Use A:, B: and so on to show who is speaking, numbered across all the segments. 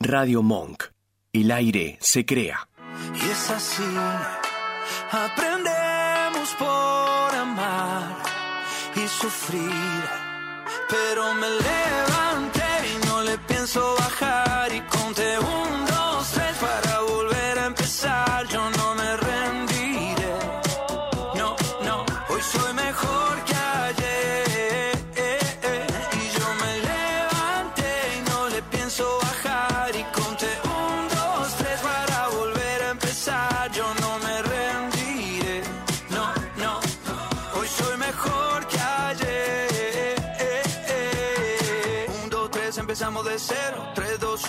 A: Radio Monk. El aire se crea.
B: Y es así, aprendemos por amar y sufrir. Pero me levanté y no le pienso bajar y conté un, dos, tres para volver a empezar. Yo no me rendiré. No, no, hoy soy mejor que ayer. Y yo me levanté y no le pienso bajar. Y conté un, dos, tres para volver a empezar. Yo no me rendiré. No, no, hoy soy mejor que ayer. Un, dos, tres, empezamos de cero. Tres, dos,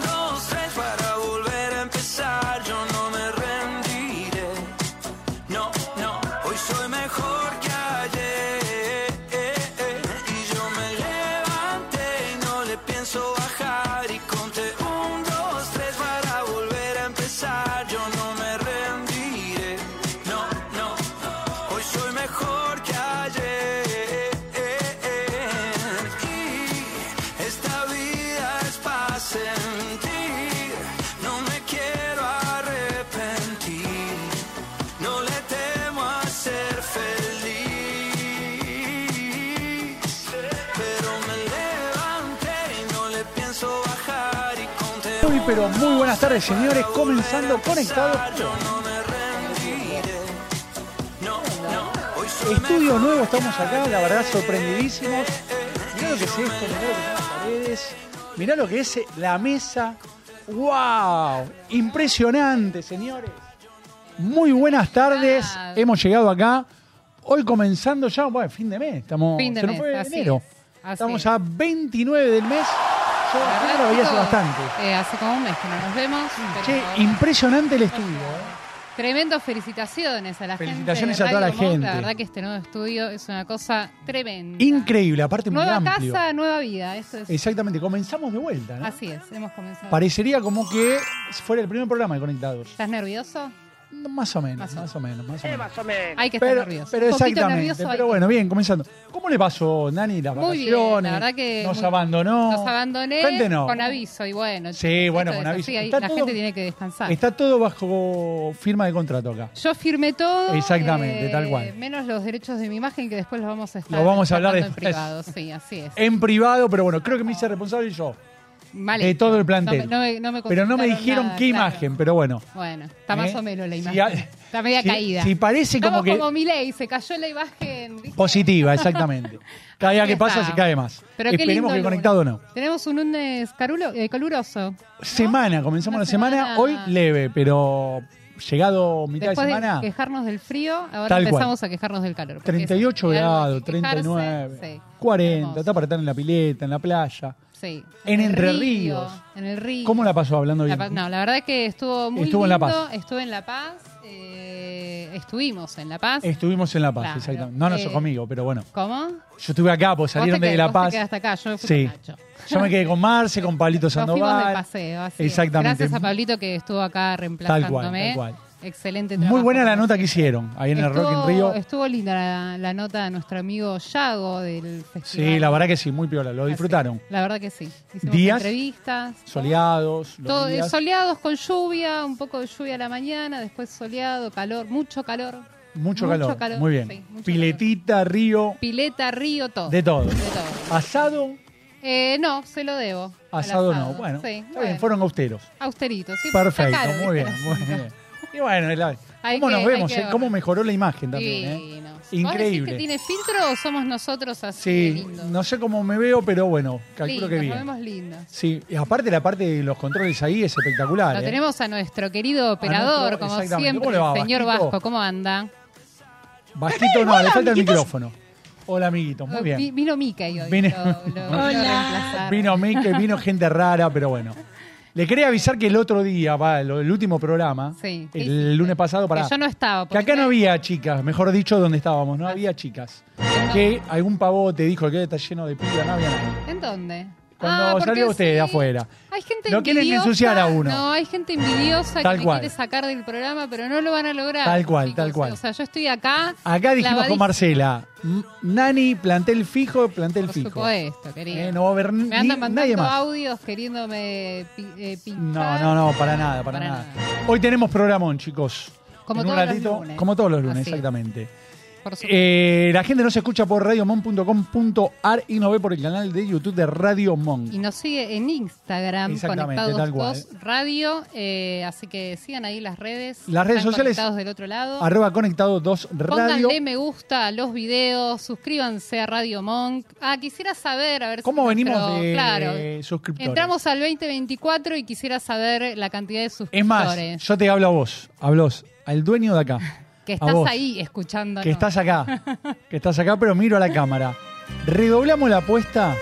B: dos, tres para volver a empezar. Yo no me rendiré. No, no, hoy soy mejor que ayer. Y yo me levanté y no le pienso bajar. Y conté un, dos, tres para volver a empezar. Yo no me rendiré. No, no, hoy soy mejor que ayer. Y esta vida es para sentir. No me quiero arrepentir. No le temo a ser feliz, pero me levanté y no le pienso bajar y conté
C: Muy, pero muy buenas tardes, señores. Comenzando conectados. Estudio nuevo, estamos acá, la verdad, sorprendidísimos.
B: eh.
C: Mirá lo que es esto, mirá lo que son las paredes. Mirá lo que es la mesa. ¡Wow! Impresionante, señores. Muy buenas tardes.
D: Ah.
C: Hemos llegado acá. Hoy comenzando ya, bueno, fin de mes. Estamos,
D: Fin de
C: se nos
D: mes,
C: fue
D: así
C: enero.
D: es, así
C: Estamos
D: es.
C: ya 29 del mes. Yo
D: La
C: yo
D: verdad,
C: no lo veía hace
D: chicos,
C: bastante.
D: eh, hace como un mes que no nos vemos. pero
C: Che, impresionante el estudio. ¿eh?
D: tremendo felicitaciones a la
C: Felicitaciones
D: gente. de
C: a toda la
D: Radio Monk.
C: gente.
D: La verdad que este nuevo estudio es una cosa tremenda.
C: Increíble, aparte muy
D: Nueva
C: amplio.
D: casa, nueva vida. Eso es.
C: Exactamente, comenzamos de vuelta, ¿no?
D: Así es, hemos comenzado.
C: Parecería como que fuera el primer programa de Conectados.
D: ¿Estás nervioso?
C: No, Más o menos,
D: Más o-
C: más o menos, más o menos.
D: Hay que estar
C: Pero,
D: nervioso.
C: pero
D: Un poquito
C: exactamente,
D: nervioso hay
C: pero
D: que-
C: bueno, bien, comenzando. ¿Cómo le pasó, Nani, las
D: Muy bien,
C: vacaciones?
D: la verdad que
C: Nos
D: muy-
C: abandonó.
D: Nos abandoné
C: Cuéntenos.
D: con aviso y bueno.
C: Sí, bueno,
D: esto
C: con
D: es
C: aviso.
D: así, ahí
C: Está
D: la
C: todo-
D: gente tiene que descansar.
C: Está todo bajo firma de contrato acá.
D: Yo firmé todo. eh,
C: Exactamente, tal cual.
D: Menos los derechos de mi imagen que después los vamos a estar
C: Los vamos a hablar
D: charlando en
C: después.
D: privado. Sí, así es.
C: En privado, pero bueno, creo que me hice responsable yo.
D: Mal
C: de
D: hecho.
C: todo el plantel.
D: No me- no me- me
C: Pero no me
D: contestaron
C: dijeron
D: nada,
C: qué
D: claro.
C: imagen, pero bueno.
D: Bueno, está más
C: ¿Eh?
D: o menos la
C: Si
D: imagen.
C: a-
D: está media
C: si-
D: caída.
C: Si parece como
D: Estamos
C: que
D: como Milei, se cayó la imagen. ¿viste?
C: positiva, exactamente. Cada día
D: Ahí
C: que pasa
D: está.
C: se cae más.
D: Pero qué lindo
C: Esperemos que
D: lunes.
C: conectado no.
D: Tenemos un lunes carulo, eh, caluroso.
C: Semana, comenzamos
D: Una
C: la semana,
D: semana-
C: hoy leve, pero llegado mitad
D: Después
C: de
D: de
C: semana,
D: quejarnos del frío, ahora
C: Tal
D: empezamos a quejarnos del calor. porque
C: 38
D: es-
C: grados,
D: hay que quejarse,
C: 39,
D: sí.
C: 40,
D: Hermoso.
C: está para estar en la pileta, en la playa.
D: Sí.
C: En
D: el
C: Entre
D: río,
C: Ríos.
D: En el río.
C: ¿Cómo la pasó hablando
D: La pa-
C: bien?
D: no, la verdad que estuvo muy
C: Estuvo en La
D: lindo,
C: Paz.
D: Estuve en La Paz. eh, estuvimos en La Paz.
C: Estuvimos en La Paz,
D: Claro.
C: exactamente. No, no sos
D: Eh,
C: conmigo, pero bueno.
D: ¿Cómo? Vos
C: Yo estuve acá, pues
D: te
C: salieron
D: qued-
C: de La
D: vos te
C: Paz.
D: quedaste acá, yo me fui
C: Sí.
D: con Nacho.
C: Yo me quedé con Marce, con Pablito
D: Nos
C: Sandoval.
D: fuimos de paseo, así es.
C: Exactamente.
D: Gracias a Pablito que estuvo acá reemplazándome.
C: tal cual.
D: Excelente trabajo.
C: Muy buena la nota que hicieron ahí en el Rock in Rio.
D: Estuvo linda la, la nota de nuestro amigo Yago del festival.
C: Sí, la verdad que sí, muy piola, lo
D: Así,
C: disfrutaron.
D: La verdad que sí. Hicimos
C: Días.
D: entrevistas.
C: Soleados, los
D: Todo, eh,
C: días,
D: soleados con lluvia, un poco de lluvia a la mañana, después soleado, calor, mucho calor.
C: mucho,
D: mucho
C: calor,
D: calor,
C: muy bien.
D: sí, mucho
C: Piletita, río,
D: Pileta, río, todo.
C: de todo.
D: De todo.
C: Asado,
D: Eh, no, se lo debo. al
C: asado no. Bueno,
D: sí,
C: está
D: bueno.
C: bien, fueron austeros.
D: Austeritos, sí.
C: Perfecto,
D: está caro,
C: muy bien,
D: ¿viste?
C: muy bien. Y bueno, es la-
D: Hay
C: cómo
D: que-
C: nos
D: hay
C: vemos,
D: que
C: eh?
D: ver.
C: cómo mejoró la imagen también. eh?
D: Divinos. ¿Vos decís
C: Increíble.
D: que tiene filtro o somos nosotros así? de
C: Sí,
D: lindos?
C: no sé cómo me veo, pero bueno, calculo
D: Lindos,
C: que
D: nos
C: bien.
D: vemos lindos.
C: Sí, y aparte la parte de los controles ahí es espectacular.
D: Lo
C: eh.
D: tenemos a nuestro querido operador,
C: nuestro-
D: como
C: exactamente.
D: siempre,
C: ¿Cómo le va,
D: el señor
C: Vasquito?
D: Vasco. ¿Cómo anda?
C: Bajito no, le falta el micrófono. Hola, amiguitos, muy bien.
D: Vi- Vino Mica y hoy.
C: Vino-
D: lo- lo- lo reemplazaron.
C: Vino Mike, vino gente rara, pero bueno. Le quería avisar que el otro día, va, el, el último programa,
D: Sí. ¿Qué hiciste?
C: el lunes pasado, para.
D: Que yo no Ah. estaba.
C: Que
D: porque-
C: acá no había chicas, mejor dicho, donde estábamos, no había chicas. Que algún pavote dijo que está lleno de pibas, no había nadie.
D: ¿En dónde?
C: Cuando
D: Ah, porque
C: salió usted de
D: sí.
C: afuera.
D: Hay gente
C: No quieren
D: envidiosa.
C: ensuciar a uno.
D: No, hay gente envidiosa
C: Tal
D: que
C: cual.
D: me quiere sacar del programa, pero no lo van a lograr.
C: Tal cual,
D: chicos.
C: tal cual.
D: O sea, yo estoy acá.
C: Acá dijimos
D: clavadísima.
C: con Marcela, "M- Nani, plantel fijo, plantel
D: Por
C: fijo.
D: supuesto, querido.
C: Eh, no va a haber ni-
D: me andan
C: nadie
D: mandando
C: más.
D: audios queriéndome pi- eh,
C: No,
D: pinchar.
C: no, no, para nada, para,
D: Para
C: nada.
D: nada.
C: Hoy tenemos programón, chicos.
D: Como
C: En un
D: todos los
C: ratito-
D: lunes.
C: Como todos los
D: Así
C: lunes,
D: es.
C: exactamente.
D: Por supuesto.
C: Eh, la gente nos escucha por radiomon.com.ar y nos ve por el canal de YouTube de Radio Monk.
D: Y nos sigue en Instagram,
C: Exactamente,
D: conectados
C: tal cual.
D: dos radio. eh, así que sigan ahí las redes.
C: Las redes
D: Están
C: sociales-
D: Conectados del otro lado.
C: Arroba conectado 2 radio.
D: Pónganle me gusta a los videos, suscríbanse a Radio Monk. Ah, quisiera saber, a ver
C: ¿Cómo
D: si
C: venimos
D: nuestro-
C: de
D: claro.
C: suscriptores?
D: Entramos al 2024 y quisiera saber la cantidad de suscriptores.
C: Es más, yo te hablo a vos, a vos, al dueño de acá.
D: que
C: a
D: estás
C: vos,
D: ahí escuchando.
C: Que estás acá, que estás acá, pero miro a la cámara. Redoblamos la apuesta,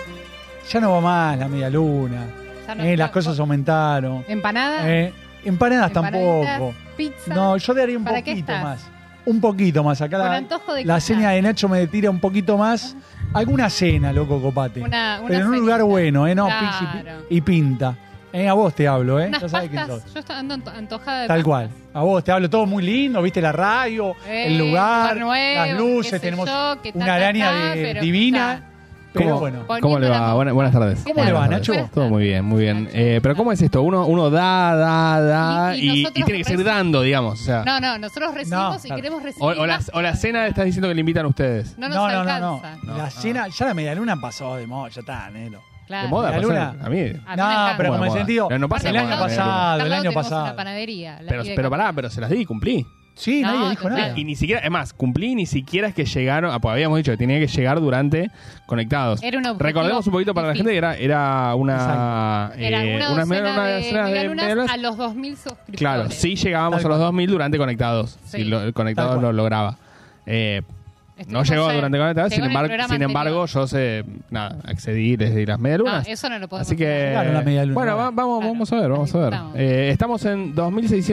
C: ya no va más la media luna.
D: Ya no-
C: eh, las
D: no-
C: cosas aumentaron.
D: ¿Empanada?
C: Eh, empanadas
D: Empanaditas,
C: tampoco.
D: Pizza.
C: No, yo daría un
D: ¿Para qué
C: poquito
D: estás?
C: más. Un poquito más. Acá
D: Con
C: la,
D: antojo de
C: la
D: quizás.
C: seña de Nacho me tira un poquito más. Alguna cena, loco, copate.
D: Una- una
C: Pero en un
D: cenita.
C: lugar bueno, ¿eh? No, pixi pi-
D: Claro.
C: y pinta. Eh, a vos te hablo, ¿eh?
D: Unas
C: Ya sabés quién
D: pastas.
C: sos.
D: Yo estoy- ando anto- antojada de
C: Tal
D: pastas.
C: cual. A vos te hablo todo muy lindo, viste la radio,
D: Eh,
C: el lugar,
D: lugar nuevo,
C: las
D: qué
C: luces,
D: sé
C: tenemos
D: yo, que ta,
C: una
D: ta,
C: araña
D: ta,
C: de-
D: pero
C: divina. Pero
E: ¿Cómo-
C: bueno,
E: ¿Cómo le va? Buena- buenas tardes.
D: ¿Cómo le
E: Buenas
D: va,
E: tardes.
D: Nacho?
E: Todo muy bien, muy bien.
D: Nacho.
E: Eh, pero ¿cómo es esto? Uno, uno da, da, da
D: Y-
E: y,
D: y
E: y
D: nosotros
E: tiene que seguir
D: reci-
E: dando, digamos. O sea,
D: No, no, nosotros recibimos
C: No,
D: y
C: claro.
D: queremos
E: o,
D: recibir.
E: o la,
D: más.
E: o la cena estás diciendo que le invitan ustedes.
D: No nos
C: no, no, no,
D: alcanza.
C: no,
E: No,
C: La
E: ah.
C: cena, ya la medialuna pasó de moda, ya está, Nelo.
D: Claro.
E: ¿De moda?
C: La
E: pasa-
C: luna.
E: A mí.
D: A mí me
C: No,
D: encanta.
C: pero como
E: Bueno,
C: el
E: bueno.
C: sentido,
E: No, no pasa
C: el
D: nada
C: año
D: con la
C: pasado,
D: Al
C: el
D: lado
C: año
D: tenemos
C: pasado.
D: Una panadería, la
E: Pero,
D: pibe
E: pero
D: que-
E: pará, pero se las di, cumplí.
C: Sí,
D: No,
C: nadie dijo
D: total.
C: nada.
E: Y ni siquiera, es más, cumplí y ni siquiera es que llegaron, ah, pues habíamos dicho que tenía que llegar durante conectados.
D: Era un objetivo
E: Recordemos un poquito para la gente que era, era una...
D: Era una
E: eh, una
D: docena
E: media- una
D: de
E: docena de
D: medialunas
E: medialunas.
D: a los 2.000 suscriptores.
E: Claro, sí llegábamos
C: Tal
E: a los
C: cual.
E: 2000 durante Conectados.
D: Sí.
E: Si lo- el
C: Tal
E: Conectados
C: cual.
E: lo lograba. Eh, no
D: Estuvimos
E: llegó
D: ya-
E: durante Conectados,
D: llegó en
E: sin
D: el
E: embargo,
D: programa
E: sin embargo
D: anterior.
E: yo sé, nada, accedí desde las medialunas.
D: No, eso no lo podemos
E: Así que.
C: Claro, las medialunas.
E: bueno, va- vamos,
D: Claro,
E: vamos a ver, vamos a ver.
D: estamos.
E: Eh, estamos en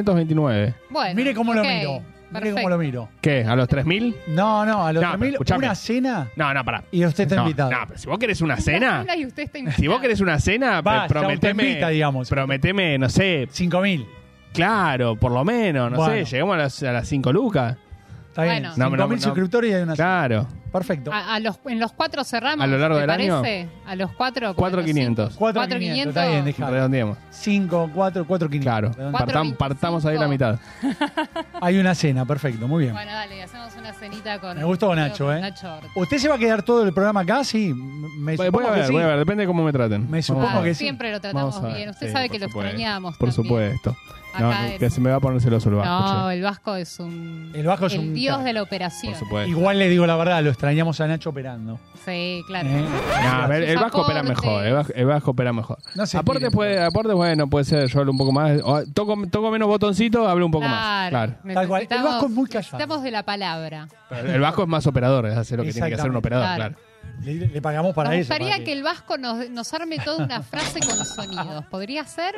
E: 2629.
D: Bueno,
C: Mire cómo
D: ok,
C: lo miro. Mire
D: perfecto.
C: cómo lo miro.
E: ¿Qué? ¿A los 3000?
C: No, no, a los
E: No,
C: 3000,
E: pero escuchame.
C: una cena
E: No, no, pará.
C: y usted está
E: no,
C: invitado.
E: no, pero si vos querés una
D: Una
E: cena.
D: sola y usted está
E: Si vos
D: invitado.
E: querés una cena,
C: Va,
E: pe-
C: ya usted
E: prometeme.
C: invita, digamos.
E: Prometeme, no sé,
C: 5000.
E: claro, por lo menos, no
C: Bueno.
E: sé, llegamos a las, a las 5 lucas.
C: Está bien.
D: Bueno.
C: 5000
E: No, no, no.
C: suscriptores y hay una cena.
E: Claro.
C: Perfecto.
D: A, a los, en los cuatro cerramos.
E: A lo largo
D: ¿te
E: del año?
D: parece? A los cuatro.
E: 4500.
C: 4500, está bien, dejá.
E: Redondeemos.
C: 5, 4, 4, 500.
E: Claro.
D: Cuatro
E: Partam-
D: veinticinco.
E: partamos ahí la mitad.
C: Hay una cena, perfecto, muy bien.
D: Bueno, dale, hacemos una cenita con.
C: Me gustó Nacho,
D: con
C: ¿eh?
D: Nacho Ortiz.
C: ¿Usted se va a quedar todo el programa acá? Sí, me
E: Voy,
C: supongo
E: a ver,
C: que sí.
E: voy a ver, depende de cómo me traten.
C: Me supongo
E: Vamos a
D: Ah,
E: ver.
C: que sí.
D: Siempre lo
E: Vamos
D: tratamos
E: a ver.
D: bien. Usted
E: Sí,
D: sabe que
E: por
D: lo
E: supuesto.
D: extrañamos.
E: Por
D: también.
E: supuesto. No,
D: Acá
E: no,
D: es-
E: que se me va a poner celoso el bajo.
D: No,
E: che.
D: el Vasco es un.
C: El Vasco es un-
D: dios de la
E: Por
D: operación.
E: supuesto.
C: Igual le digo la verdad, lo extrañamos a Nacho operando.
D: Sí, claro.
C: ¿eh?
E: No, a ver, el
D: Sus
E: Vasco opera
D: aportes.
E: mejor. El Vasco, el Vasco opera mejor.
C: No se
E: aporte,
C: tiren.
E: puede, aporte, bueno, puede ser. Yo hablo un poco más. o- toco, toco menos botoncito, hablo un poco más. Claro.
C: Tal cual. El
D: necesitamos-
C: Vasco es muy callado.
D: Necesitamos de la palabra.
E: Pero el Vasco es más operador, es hacer lo que tiene que hacer
C: Exactamente.
E: un operador,
D: Claro.
E: claro.
C: Le, le pagamos para
D: Nos
C: eso.
D: gustaría
C: para
D: que el Vasco nos, nos arme toda una frase con sonidos. ¿Podría ser?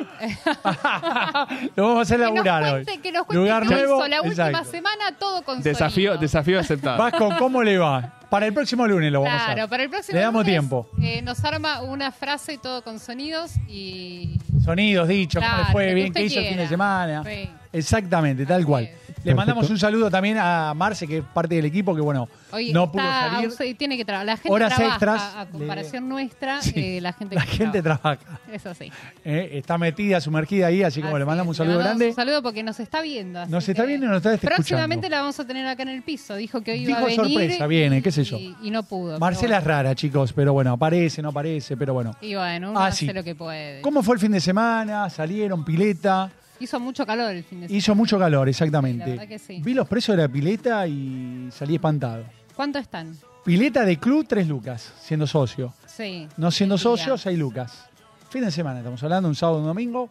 C: Lo vamos a hacer
D: que, nos
C: laburar
D: cuente,
C: hoy.
D: que nos cuente
C: Lugar
D: qué
C: nuevo,
D: hizo la última
C: exacto.
D: semana todo con
E: Desafío,
D: sonido.
E: desafío aceptado.
C: Vasco, ¿cómo le va? Para el próximo lunes lo vamos a hacer.
D: Claro, para el próximo
C: Le damos
D: lunes,
C: tiempo.
D: eh, nos arma una frase todo con sonidos y
C: Sonidos, dichos, cómo
D: Claro,
C: le
D: lo
C: fue,
D: que
C: bien,
D: usted
C: qué hizo el fin de
D: quiera.
C: semana.
D: Sí.
C: Exactamente, tal
D: Así
C: cual.
D: es.
C: Le mandamos un saludo también a Marce, que es parte del equipo, que bueno,
D: hoy
C: no
D: está
C: pudo salir.
D: ausente y tiene que trabajar. La gente
C: Horas
D: trabaja,
C: extras
D: a
C: de-
D: comparación nuestra, eh, la gente
C: La
D: que
C: gente trabaja.
D: Eso sí.
C: eh, está metida, sumergida ahí, así como le
D: Así
C: mandamos un
D: es, le
C: saludo
D: mandamos
C: grande.
D: Un saludo porque nos está viendo. así
C: Nos
D: que-
C: está viendo y nos está escuchando.
D: Próximamente la vamos a tener acá en el piso. Dijo que hoy iba a
C: Dijo
D: venir.
C: sorpresa, viene, qué sé yo.
D: Y, y no pudo.
C: Marcela es
D: pero
C: rara, chicos, pero bueno, aparece, no aparece, pero bueno.
D: bueno. Y bueno, uno
C: Ah,
D: hace
C: sí.
D: lo que puede.
C: ¿Cómo fue el fin de semana? ¿Salieron pileta?
D: Hizo mucho calor el fin de semana.
C: Hizo mucho calor,
D: Sí, la
C: exactamente.
D: verdad que sí.
C: Vi los precios de la pileta y salí espantado.
D: ¿Cuánto están?
C: Pileta de club, 3 lucas, siendo socio.
D: Sí.
C: No siendo
D: El día.
C: socio, 6 lucas. Fin de semana, estamos hablando, un sábado, un domingo.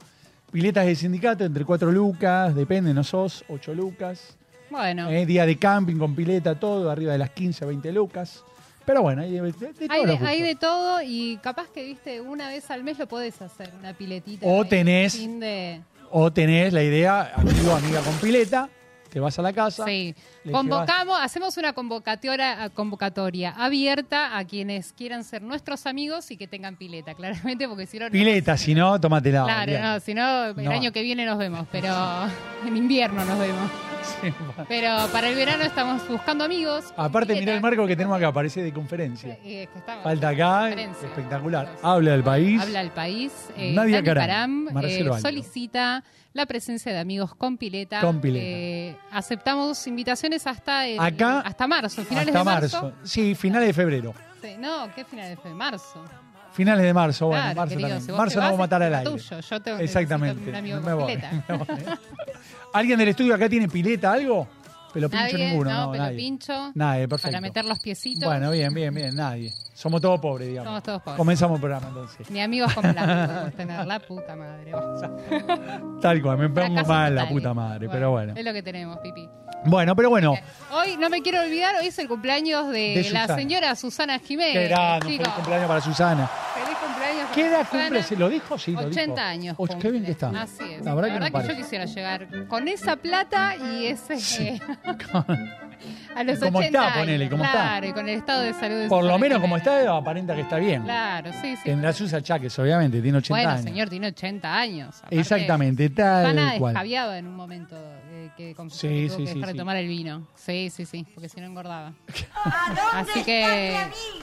C: Piletas de sindicato, entre 4 lucas, depende, no sos, 8 lucas.
D: Bueno,
C: Eh, día de camping con pileta, todo, arriba de las 15, 20 lucas. Pero bueno, hay de, de- de todos
D: Hay
C: los
D: de,
C: gustos.
D: hay de todo y capaz que, viste, una vez al mes lo podés hacer, una piletita.
C: O
D: de-
C: tenés-
D: fin de-
C: O tenés la idea, amigo, amiga con pileta, te vas a la casa.
D: Sí.
C: le
D: Convocamos, hacemos una convocatoria, convocatoria abierta a quienes quieran ser nuestros amigos y que tengan pileta, claramente, porque si no... no-
C: Pileta, si no, tómatela.
D: Claro,
C: bien.
D: no, si no, el
C: No.
D: año que viene nos vemos, pero en invierno nos vemos.
C: Sí, bueno.
D: Pero para el verano estamos buscando amigos. con
C: Aparte, mirá
D: pileta.
C: el marco que tenemos acá, parece de conferencia.
D: Eh, que estamos-
C: Falta acá,
D: Conferencia.
C: espectacular. Habla del país.
D: Habla el país. Eh,
C: Nadia
D: Dani
C: Caram,
D: Caram,
C: Marcelo
D: eh,
C: Aldo.
D: solicita la presencia de amigos con pileta.
C: Con pileta.
D: Eh, aceptamos invitaciones hasta el-
C: Acá-
D: hasta marzo, finales
C: Hasta
D: de marzo.
C: Sí, finales de febrero.
D: Sí, no, ¿qué finales fue? Marzo.
C: Finales de marzo, Ah, bueno,
D: Claro,
C: marzo
D: querido,
C: también.
D: si vos
C: marzo
D: te
C: no vamos a
D: vas,
C: matar
D: es
C: al aire.
D: tuyo, yo tengo-
C: Exactamente.
D: necesito un amigo
C: me
D: con
C: voy,
D: pileta.
C: me voy. ¿Alguien del estudio acá tiene pileta, algo? Pelo pincho
D: Nadie,
C: ninguno,
D: no,
C: no,
D: pelo
C: nadie.
D: pincho.
C: Nadie, perfecto.
D: Para meter los piecitos.
C: Bueno, bien, bien, bien, nadie. Somos todos pobres, digamos.
D: Somos todos pobres.
C: Comenzamos el programa entonces.
D: Ni amigos con plata podemos tener, la puta madre.
C: Tal cual, me pongo
D: Fracaso
C: mal la
D: total.
C: puta madre, pero bueno.
D: Es lo que tenemos, Pipi.
C: Bueno, pero
D: Eh,
C: bueno.
D: Hoy, no me quiero olvidar, hoy es el cumpleaños de,
C: De
D: la
C: Susana.
D: señora Susana Jiménez.
C: Qué grande,
D: chicos.
C: feliz cumpleaños para Susana.
D: Feliz cumpleaños.
C: ¿Qué edad
D: Susana.
C: cumple? ¿Se ¿Lo dijo? Sí, lo dijo.
D: 80 años.
C: Och, qué
D: cumple.
C: bien que está.
D: Así es.
C: La verdad que no
D: yo
C: parece.
D: quisiera llegar con esa plata y ese. eh,
C: Sí.
D: a los
C: Como
D: 80
C: está,
D: años.
C: ponele, como está.
D: Claro, y con el estado de salud. de
C: Por lo
D: Susana
C: menos como
D: Jiménez.
C: está, aparenta que está bien.
D: Claro, sí, sí.
C: Tendrá sus achaques, obviamente, tiene 80
D: Bueno,
C: años.
D: señor, tiene 80 años. Aparte,
C: Exactamente, tal
D: Susana
C: cual.
D: descabiaba en un momento eh, que confesó
C: Sí,
D: que
C: sí,
D: tuvo que
C: sí,
D: dejar de
C: sí.
D: tomar el vino. Sí, sí, sí, porque si no engordaba. Así que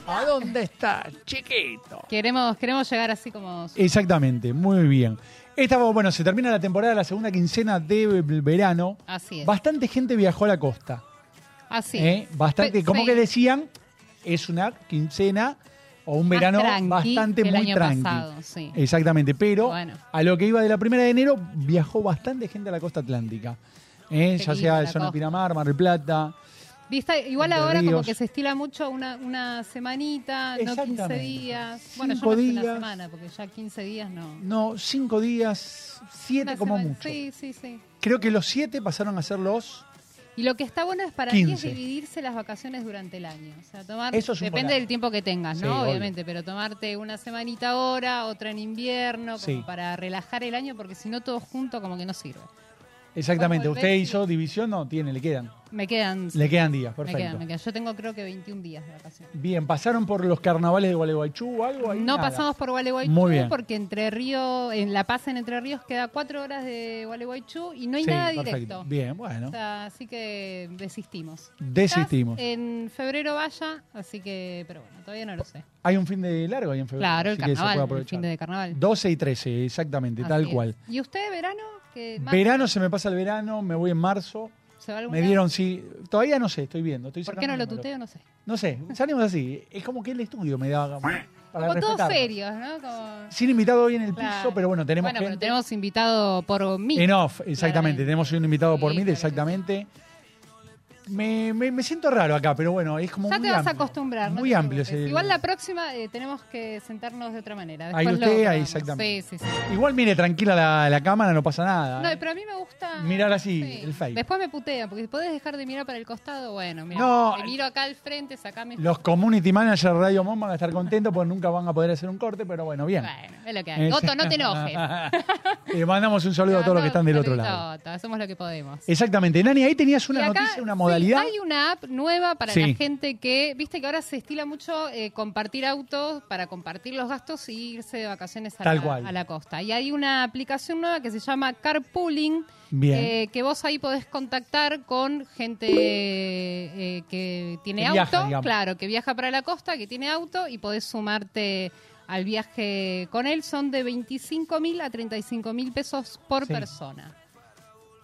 C: ¿A dónde está, chiquito? Eh,
D: queremos, queremos llegar así como...
C: Exactamente, muy bien. Esta, bueno, se termina la temporada, la segunda quincena del verano.
D: Así es.
C: Bastante gente viajó a la costa.
D: Así.
C: ¿eh? Bastante,
D: Pe-
C: como
D: sí.
C: que decían, es una quincena o un
D: Más
C: verano
D: tranqui
C: bastante
D: que el
C: muy
D: año
C: tranqui. Eh,
D: pasado, sí.
C: Exactamente, pero
D: Bueno.
C: a lo que iba de la primera de enero viajó bastante gente a la costa atlántica. ¿eh?
D: Qué
C: Ya
D: linda
C: sea
D: la
C: zona
D: costa.
C: Pinamar, Mar del Plata.
D: Viste, igual
C: Entre
D: ahora como
C: ríos.
D: que se estila mucho una, una semanita, no 15
C: Exactamente.
D: días. Bueno,
C: Cinco
D: yo no hice
C: días.
D: una semana, porque ya 15 días no.
C: No, cinco días, siete
D: Una
C: como
D: semana-
C: mucho.
D: Sí, sí, sí.
C: Creo que los siete pasaron a ser los.
D: Y lo que está bueno es para mí es
C: 15.
D: dividirse las vacaciones durante el año. O sea, tomar,
C: Eso es un
D: depende
C: bolazo.
D: del tiempo que tengas,
C: Sí,
D: ¿no?
C: obvio.
D: Obviamente, pero tomarte una semanita ahora, otra en invierno, como
C: Sí.
D: para relajar el año, porque si no todo junto como que no sirve.
C: Exactamente.
D: Vamos,
C: ¿Usted
D: volvés y-
C: hizo división? No, tiene, le quedan.
D: Me quedan,
C: Le quedan días,
D: me
C: perfecto.
D: quedan, me quedan. Yo tengo creo que 21 días de vacaciones.
C: Bien, ¿pasaron por los carnavales de Gualeguaychú o algo? Ahí
D: No
C: nada.
D: pasamos por
C: Muy
D: Gualeguaychú
C: bien.
D: porque Entre Río, en La Paz en Entre Ríos queda cuatro horas de Gualeguaychú y no hay
C: Sí,
D: nada
C: perfecto.
D: directo.
C: Bien,
D: O
C: bueno.
D: sea, así que desistimos.
C: Desistimos.
D: Quizás En febrero vaya, así que, pero bueno, todavía no lo sé.
C: Hay un fin de largo ahí en febrero.
D: Claro, el
C: así que se puede
D: carnaval, el
C: aprovechar.
D: fin de carnaval.
C: 12 y 13, exactamente,
D: Así
C: tal
D: es.
C: cual.
D: ¿Y usted verano? que más-
C: Verano se me pasa el verano, me voy en marzo.
D: ¿Se va a algún
C: Me
D: lado?
C: dieron, sí. Todavía no sé, estoy viendo. Estoy
D: ¿Por qué
C: sacando
D: no lo
C: números.
D: tuteo? No sé.
C: No sé, salimos así. Es como que el estudio me da. Para
D: Como todos
C: respetarnos.
D: serios, ¿no? Como-
C: Sin invitado hoy en el
D: Claro.
C: piso, pero bueno, tenemos
D: Bueno, pero
C: gente.
D: tenemos invitado por mí.
C: En off, exactamente.
D: Claramente.
C: Tenemos un invitado por
D: Sí,
C: mí,
D: claro que
C: exactamente. Me, me- me siento raro acá, pero bueno, es como
D: Ya
C: muy
D: te vas a
C: amplio.
D: acostumbrar. no
C: Muy
D: te
C: amplio.
D: preocupes.
C: es el-
D: Igual la próxima eh, tenemos que sentarnos de otra manera.
C: Ahí
D: Después lo
C: usted, ahí,
D: probamos.
C: exactamente.
D: Sí, sí, sí.
C: Igual mire tranquila la, la cámara, no pasa nada.
D: No,
C: ¿eh?
D: pero a mí me gusta...
C: Mirar así, el fake.
D: Después me putean, porque podés dejar de mirar para el costado, bueno, mira.
C: No. eh,
D: Te miro acá al frente, sacame...
C: Los community managers de Radio Mom van a estar contentos porque nunca van a poder hacer un corte, pero bueno, bien.
D: Bueno, es lo que hay. Otto, no te enojes.
C: Le mandamos un saludo a todos los que están del otro
D: Saludito,
C: lado.
D: Otto, hacemos lo que podemos.
C: Exactamente. Nani, ahí tenías
D: Y
C: una
D: acá,
C: noticia, una
D: sí,
C: modalidad.
D: hay una app nueva para
C: Sí.
D: la gente que, viste que ahora se estila mucho eh, compartir autos para compartir los gastos y irse de vacaciones a
C: Tal
D: la,
C: cual.
D: a la costa. Y hay una aplicación nueva que se llama Carpooling,
C: Bien.
D: eh, que vos ahí podés contactar con gente eh, que tiene
C: Que
D: auto,
C: viaja, digamos.
D: claro, que viaja para la costa, que tiene auto y podés sumarte al viaje con él. Son de 25 mil a 35 mil pesos por
C: Sí.
D: persona.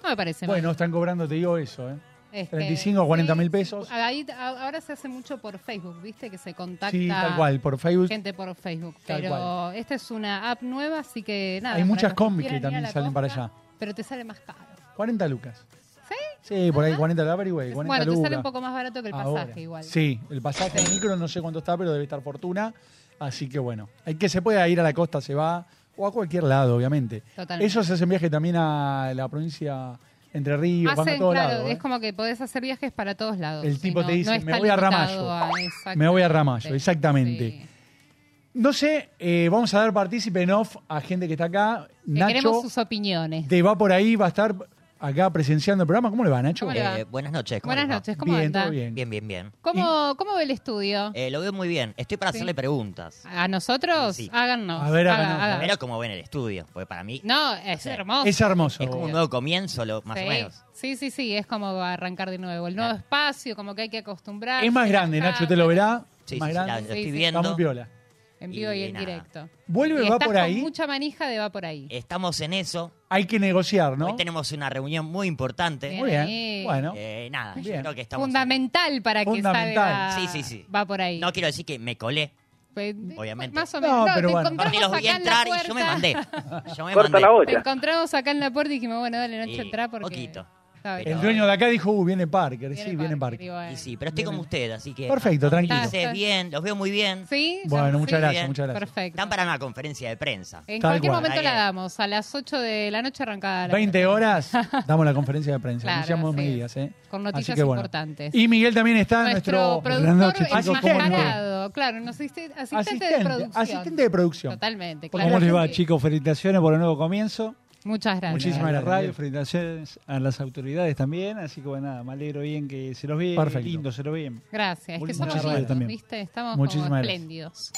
D: No me parece mal.
C: Bueno, están cobrando, te digo eso, ¿eh?
D: Este,
C: 35 o
D: sí,
C: 40
D: ah,
C: mil pesos.
D: Ahí, a- ahora se hace mucho por Facebook, ¿viste? Que se contacta
C: Sí, tal cual, por Facebook.
D: gente por Facebook.
C: Tal
D: pero
C: cual.
D: esta es una app nueva, así que nada.
C: Hay
D: para
C: muchas
D: los
C: combis que
D: quieran ir
C: también
D: a la
C: salen para allá.
D: Pero te sale más caro.
C: 40 lucas.
D: ¿Sí?
C: Sí, por ahí 40 la averigüe, 40
D: Bueno, te
C: lucas.
D: sale un poco más barato que el pasaje
C: Ahora.
D: igual.
C: Sí, el pasaje de micro no sé cuánto está, pero debe estar fortuna. Así que bueno, el que se pueda ir a la costa se va, o a cualquier lado, obviamente.
D: Totalmente.
C: Eso se hace en viaje también a la provincia Entre Ríos, van a
D: Hacen,
C: todos
D: claro,
C: lados. ¿eh?
D: es como que podés hacer viajes para todos lados.
C: El
D: sí,
C: tipo
D: no-
C: te dice,
D: no está
C: "Me voy a
D: limitado
C: Ramallo".
D: a-
C: Me voy a
D: exactamente.
C: Ramallo, exactamente.
D: Sí.
C: No sé, eh, vamos a dar partícipe en off a gente que está acá.
D: Que
C: Nacho,
D: Queremos sus opiniones.
C: te va por ahí, va a estar acá presenciando el programa. ¿Cómo le va, Nacho?
D: ¿Cómo le va?
F: Eh, buenas noches. ¿cómo
D: Buenas
F: les va?
D: noches, ¿cómo
C: bien,
D: anda?
C: todo bien.
F: Bien, bien, bien.
D: ¿Cómo, ¿Cómo ve el estudio?
F: Eh, lo veo muy bien. Estoy para
D: Sí.
F: hacerle preguntas.
D: ¿A nosotros?
F: Sí.
D: Háganos.
C: A ver,
D: haga-
C: háganos.
D: haga.
F: Primero, como ven el estudio, porque para mí
D: No, es
F: Sí.
D: hermoso.
C: Es hermoso.
F: es como un nuevo comienzo, lo, más
D: sí.
F: o menos.
D: Sí, sí, sí, es como arrancar de nuevo. El nuevo
F: Claro.
D: espacio, como que hay que acostumbrarse.
C: Es más grande,
D: adaptar,
C: Nacho, te lo verá.
F: Sí,
C: más
F: sí, sí, la-
C: grande.
F: lo
D: Ah, Sí, sí.
F: estoy
C: Está muy
F: viendo.
C: piola.
D: En vivo y,
F: Y
D: en
F: nada.
D: directo.
C: Vuelve,
D: Y
C: va
D: estás
C: por
D: con
C: ahí.
D: mucha manija de va por ahí.
F: Estamos en eso.
C: Hay que negociar, ¿no?
F: Hoy tenemos una reunión muy importante.
D: Bien.
C: Muy bien.
D: Eh.
C: Bueno,
F: Eh, nada,
C: Bien.
F: yo creo que estamos.
D: Fundamental para que
C: Fundamental.
D: salga.
F: Sí, sí, sí.
D: Va por ahí.
F: No quiero decir que me colé.
D: Pues,
F: obviamente.
D: Más o
C: No,
D: menos. No,
C: pero
D: te
C: bueno.
F: Porque
D: encontramos
F: los
D: acá
F: vi
D: en la
F: entrar y yo me
D: puerta.
F: mandé. Yo me
G: Corta
F: mandé.
G: la
D: Te
G: olla.
D: encontramos acá en la puerta y dijimos, bueno, dale, Nacho,
F: Sí,
D: entrá porque...
F: poquito.
D: Está bien.
C: el
F: pero-
C: dueño de acá dijo, uh, viene Parker.
D: Viene
C: sí, viene
D: Parker, y
C: Parker.
D: bueno.
F: Y sí, pero estoy como usted, así que.
C: Perfecto, tranquilo.
F: Dice bien, los veo muy bien.
D: ¿Sí?
C: Bueno,
D: ¿Sí?
C: muchas gracias,
F: bien.
C: muchas gracias.
D: Perfecto.
F: Están para una conferencia de prensa.
D: En
C: Tal
D: cualquier
C: cual.
D: momento la
F: Ahí es.
D: damos. A las 8 de la noche arrancada. la-
C: 20 horas damos la conferencia de prensa.
D: Claro,
C: Anunciamos
D: sí.
C: medidas, ¿eh?
D: Con
C: Así
D: noticias
C: que bueno.
D: importantes.
C: Y Miguel también está,
D: nuestro
C: nuestro,
D: productor
C: chicos,
D: es más
C: ¿cómo les va?
D: parado. Claro, nuestro asiste- asistente, de
C: asistente,
D: producción.
C: asistente de producción.
D: Totalmente, claro.
H: ¿Cómo les va,
D: Sí.
H: chicos? Felicitaciones por el nuevo comienzo.
D: Muchas gracias.
H: Muchísimas
C: Gracias.
H: gracias, radio. Felicitaciones a las autoridades también. Así que, bueno, nada, me alegro bien que se los ve.
C: Perfecto.
H: Lindo, se los ve.
D: Gracias, es que
H: Muchas
D: somos
H: gracias
D: lindos,
H: también.
D: ¿viste? Estamos
C: Muchísimas
D: como
C: gracias.
D: espléndidos.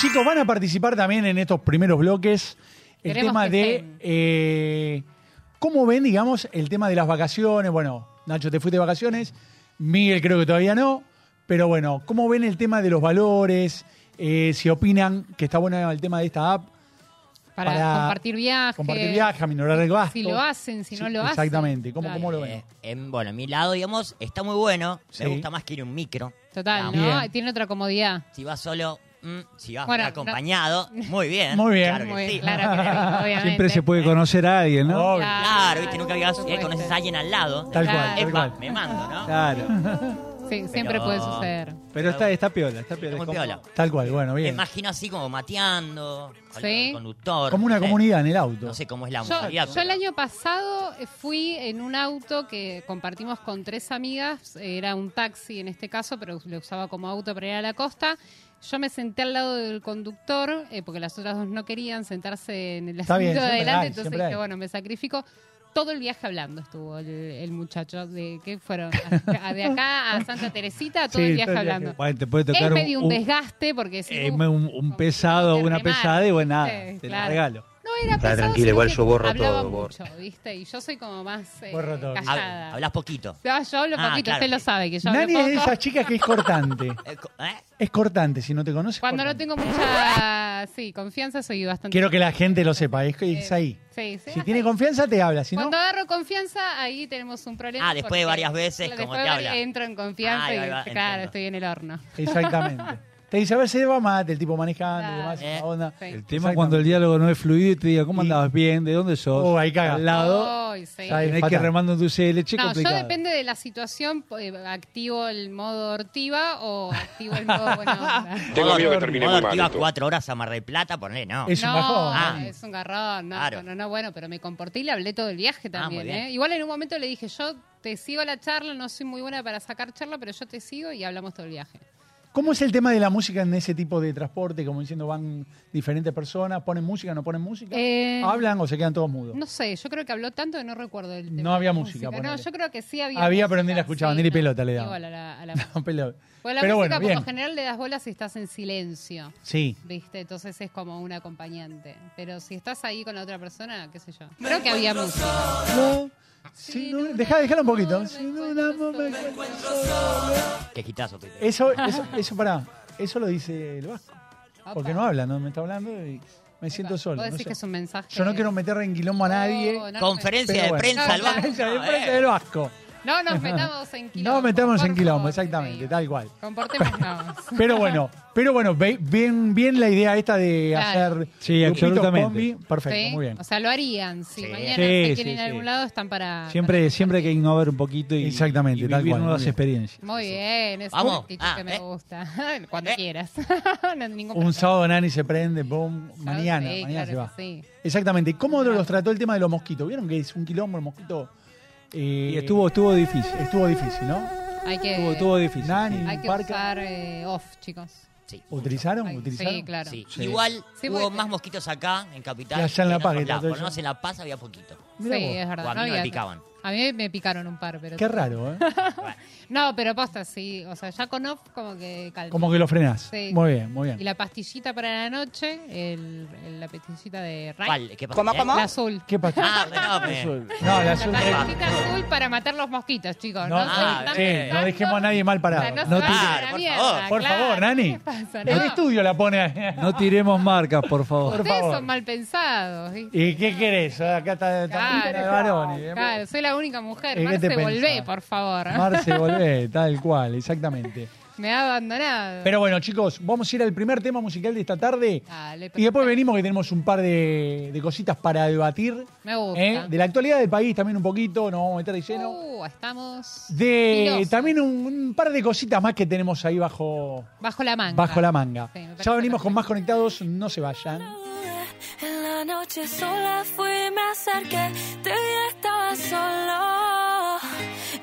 C: Chicos, van a participar también en estos primeros bloques el
D: Queremos
C: tema
D: que
C: de
D: estén.
C: eh, cómo ven, digamos, el tema de las vacaciones. Bueno, Nacho, te fuiste de vacaciones, Miguel creo que todavía no, pero bueno, cómo ven el tema de los valores, eh, si opinan que está bueno el tema de esta app,
D: Para,
C: Para
D: compartir viajes.
C: compartir viajes, minorar el gasto.
D: Si lo hacen, si no
C: Sí,
D: lo hacen.
C: Exactamente, ¿cómo,
D: Claro.
C: cómo lo
F: Eh,
C: ven?
F: en- bueno, en mi lado, digamos, está muy bueno.
C: Sí.
F: Me gusta más que ir en un micro.
D: Total,
F: Ah,
D: ¿no?
C: bien.
D: Tiene otra comodidad.
F: Si vas solo, mm, si vas
D: Bueno,
F: acompañado, muy bien.
C: Muy bien.
F: Claro que
D: Muy
F: sí.
D: claro que sí, obviamente.
H: Siempre se puede conocer a alguien, ¿no?
C: Obvio.
D: Claro,
F: Claro, viste, nunca habías
D: por
F: eh, conoces
D: supuesto.
F: a alguien al lado.
C: Tal cual,
D: claro.
C: tal
F: Epa,
C: cual.
F: me mando, ¿no?
H: Claro.
D: Sí, siempre
F: Pero-
D: puede suceder.
H: Pero está, está piola, está piola.
F: Está muy
H: Es como-
F: piola.
C: Tal cual, bueno,
F: Me
C: bien.
F: imagino así como mateando, con
D: Sí.
F: el conductor.
C: Como una
F: no sé.
C: comunidad en el auto.
F: No sé cómo es la
D: Yo,
F: modalidad.
D: yo
F: pero-
D: el año pasado eh, fui en un auto que compartimos con tres amigas, era un taxi en este caso, pero lo usaba como auto para ir a la costa. Yo me senté al lado del conductor, eh, porque las otras dos no querían sentarse en el
C: Está
D: asiento de
C: bien, siempre
D: adelante,
C: hay,
D: entonces
C: siempre
D: dije,
C: hay.
D: bueno, me sacrifico. Todo el viaje hablando estuvo el, el muchacho, de ¿qué fueron? A- a- de acá a Santa Teresita, todo
C: Sí,
D: el viaje
C: todo el viaje.
D: hablando.
H: Bueno, te puede
D: Es
H: tocar
D: medio un, desgaste porque si
H: eh,
D: vos-
H: un- un pesado,
D: te
H: una
D: remar.
H: pesada y bueno, nada,
D: Sí,
H: te
D: claro.
H: la regalo.
D: No era
G: Está
D: pesado,
G: tranquilo,
D: sino
G: igual
D: que
G: yo borro
D: hablaba
G: todo, borro.
D: mucho, ¿viste? Y yo soy como más eh,
C: Borro todo.
F: Hab-
D: callada.
F: Hablas poquito.
D: No, yo hablo
F: Ah,
D: poquito,
F: claro.
D: usted lo sabe que yo hablo
C: Nadie de
D: poco.
C: esas chicas que es cortante.
F: Eh, co- ¿eh?
C: Es cortante, si no te conoces.
D: Cuando no
C: cortante.
D: tengo mucha sí, confianza soy bastante
C: Quiero que la gente lo sepa, es, que es ahí.
D: Sí, sí.
C: Si tiene confianza, te habla. Si no,
D: Cuando agarro confianza, ahí tenemos un problema.
F: Ah, después
D: porque
F: de varias veces,
D: después
F: como te habla.
D: entro en confianza
F: Ah,
D: y
F: ahí va,
D: claro,
F: entiendo.
D: estoy en el horno.
C: exactamente. Te dice, a ver, se va mate, el tipo manejando y
D: Claro.
C: demás,
F: Eh.
C: esa onda.
D: Sí.
H: El tema es cuando el diálogo no es fluido y te diga, ¿cómo
C: Y-
H: andabas bien? ¿De dónde sos?
C: Oh, ahí caga.
H: Al lado,
D: Ay, sí.
C: Ya
H: tenés que
C: Fatal.
H: remando en tu leche leche
D: No, yo
H: complicado.
D: depende de la situación, eh, activo el modo ortiva o activo el modo buena onda.
G: Tengo miedo que
F: Modo-
G: termine
F: modo
G: muy mal
F: activa
G: esto.
F: cuatro horas a Mar del Plata, ponle, no.
C: Es un bajón.
D: no,
F: Ah.
D: es un garrón. No,
F: Claro.
D: no, no, bueno, pero me comporté y le hablé todo el viaje
F: Ah, muy
D: también.
F: bien.
D: ¿eh? Igual en un momento le dije, yo te sigo la charla, no soy muy buena para sacar charla, pero yo te sigo y hablamos todo el viaje.
C: ¿Cómo es el tema de la música en ese tipo de transporte? Como diciendo, van diferentes personas, ponen música, no ponen música.
D: Eh,
C: ¿Hablan o se quedan todos mudos?
D: No sé, yo creo que habló tanto que no recuerdo el tema
C: No
D: de
C: había
D: la
C: música,
D: No,
C: ponele.
D: yo creo que sí había
C: Había,
D: música,
C: pero ni la escuchaban, ni
D: no,
C: pelota le daban.
D: igual a la- a la-
C: Pero,
D: Porque a la música
C: pero bueno,
D: por
C: bien.
D: lo general le das bolas si estás en silencio,
C: Sí.
D: ¿viste? Entonces es como un acompañante. Pero si estás ahí con la otra persona, qué sé yo. Creo que había música.
C: No, sin una- dejá, dejala un poquito. Sin una bomba-
F: Ah. Qué gitazo. Pepe.
C: Eso, eso, eso, pará. Eso lo dice el Vasco. Porque no habla, no me está hablando y me siento solo.
D: Vos
C: no
D: decís
C: sé.
D: que es un mensaje.
C: Yo no quiero meter en quilombo a nadie.
D: No, no,
F: Conferencia
C: Pero
F: de
C: bueno.
F: prensa al
D: No,
F: banco.
C: Conferencia de
F: No,
C: prensa
F: eh.
C: del Vasco.
D: No nos metamos en quilombo.
C: No metamos
D: por
C: en quilombo,
D: favor,
C: exactamente,
D: te
C: tal cual.
D: digo. Comportémonos.
C: Pero bueno, pero bueno, ve- bien, bien la idea esta de
D: Claro.
C: hacer
H: Sí,
C: grupitos,
H: absolutamente.
C: combi. Perfecto,
D: ¿Sí?
C: muy bien.
D: O sea, lo harían. Si
F: Sí.
D: mañana
H: Sí,
D: se
H: sí,
D: quieren ir a
H: sí.
D: algún lado, están para.
H: Siempre,
D: para
H: siempre hay que
D: compartir.
H: innovar un poquito y,
C: Exactamente,
H: y
C: tal
H: vivir
C: cual, muy
H: nuevas
C: bien.
H: experiencias.
D: Muy bien, es
F: Vamos.
D: una actitud
F: Ah,
D: que me
F: eh.
D: gusta. Cuando
F: Eh.
D: quieras. no, ningún
C: Un
D: problema.
C: sábado Nani se prende, boom, mañana,
D: Sí,
C: mañana se
D: claro
C: va.
D: que sí.
C: Exactamente. ¿Cómo los trató el tema de los mosquitos? ¿Vieron que es un quilombo el mosquito? Eh,
H: Y estuvo, estuvo difícil.
C: estuvo difícil, ¿no?
D: Hay que,
H: Estuvo, estuvo difícil.
C: Nani,
D: hay que
C: Parker.
D: usar eh, off, chicos.
F: Sí.
C: ¿Utilizaron?
D: Hay-
C: ¿Utilizaron?
D: sí, claro.
F: Sí.
C: Sí.
F: Igual
D: Sí,
F: hubo
D: porque-
F: más mosquitos acá en Capital.
C: Y allá en La
F: que
C: Paz,
F: otros
C: que
F: lados. Por
C: todo
F: lo
C: eso.
F: menos en La Paz había poquito.
C: Mirá
D: Sí,
C: vos.
D: es verdad.
F: O a mí
D: no
F: me
D: había-
F: picaban.
D: A mí me picaron un par, pero...
C: Qué raro, ¿eh?
D: No, pero posta, sí. O sea, ya con off como que calma.
C: Como que lo frenás.
D: Sí.
C: Muy bien, muy
D: Y
C: bien.
D: la pastillita para la noche, el, el- la pastillita de Ray,
F: ¿Cuál? ¿Qué pasó?
G: ¿Cómo,
F: ¿Eh?
G: cómo?
D: la azul.
C: ¿Qué pasó?
F: Ah, no, me-
C: Azul. No, la azul.
D: La
C: eh,
D: pastillita azul para matar los mosquitos, chicos. No,
C: No,
D: se
F: ah,
D: están
F: sí,
C: che,
D: pensando,
C: no dejemos a nadie mal
D: o sea,
C: parado.
D: no se
C: No
D: vayan a
C: tire.
D: la
F: por
D: mierda,
F: favor.
C: Por
D: claro,
C: favor, Nani.
D: ¿Qué pasa?
C: El
D: No,
C: estudio la pone.
H: No tiremos marcas, por favor.
C: por
D: ustedes
C: favor.
D: son mal pensados. ¿viste?
C: ¿Y qué querés? Acá está
D: Claro.
C: está de varones. ¿eh?
D: Claro, soy la única mujer.
C: ¿Y qué
D: Marce,
C: te pensás?
D: volvé, por favor.
C: Marce, volvé, tal cual, exactamente.
D: Me ha abandonado.
C: Pero bueno, chicos, vamos a ir al primer tema musical de esta tarde.
D: Dale,
C: Y después
D: perfecto.
C: venimos que tenemos un par de, de cositas para debatir.
D: Me gusta.
C: ¿eh? De la actualidad del país también un poquito, nos vamos a meter de lleno.
D: Uh, estamos
C: De
D: filosos.
C: también un, un par de cositas más que tenemos ahí bajo,
D: bajo la manga.
C: bajo la manga.
D: Sí, me parece
C: ya venimos
D: perfecto.
C: con más conectados, no se vayan.
I: En la noche sola fui, me acerqué, te vi, estaba solo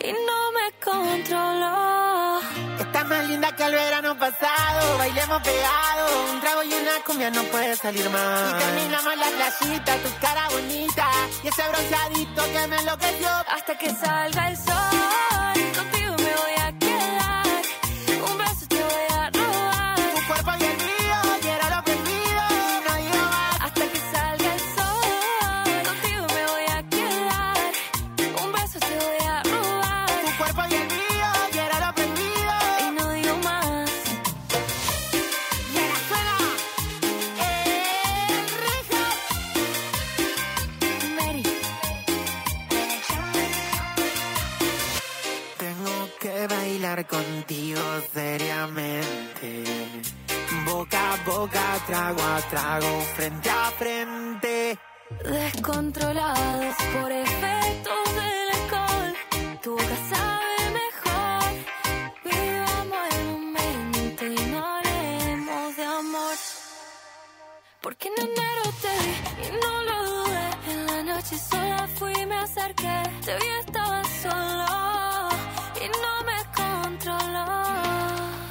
I: y no me controló.
G: Estás más linda que el verano pasado, bailemos pegados, un trago y una cumbia no puede salir más. Y terminamos en la playita, tu cara bonita, y ese bronceadito que me enloqueció.
I: Hasta que salga el sol, contigo me voy a quedar, un beso te voy a robar.
G: Tu cuerpo y el mío, y era lo prohibido, y nadie más.
I: Hasta que salga el sol, contigo me voy a quedar, un beso te voy a robar.
G: Tu cuerpo y el mío, y era lo prohibido.
I: Y no digo más.
G: Y era suena, el rico.
I: Mary.
G: Tengo que bailar contigo seriamente. Boca a boca, trago a trago, frente a frente.
I: Descontrolados por efectos del alcohol, tu boca sabe mejor. Vivamos el momento y no hablemos de amor. Porque en enero te vi y no lo dudé. En la noche sola fui y me acerqué. Te vi, estaba solo y no me controló.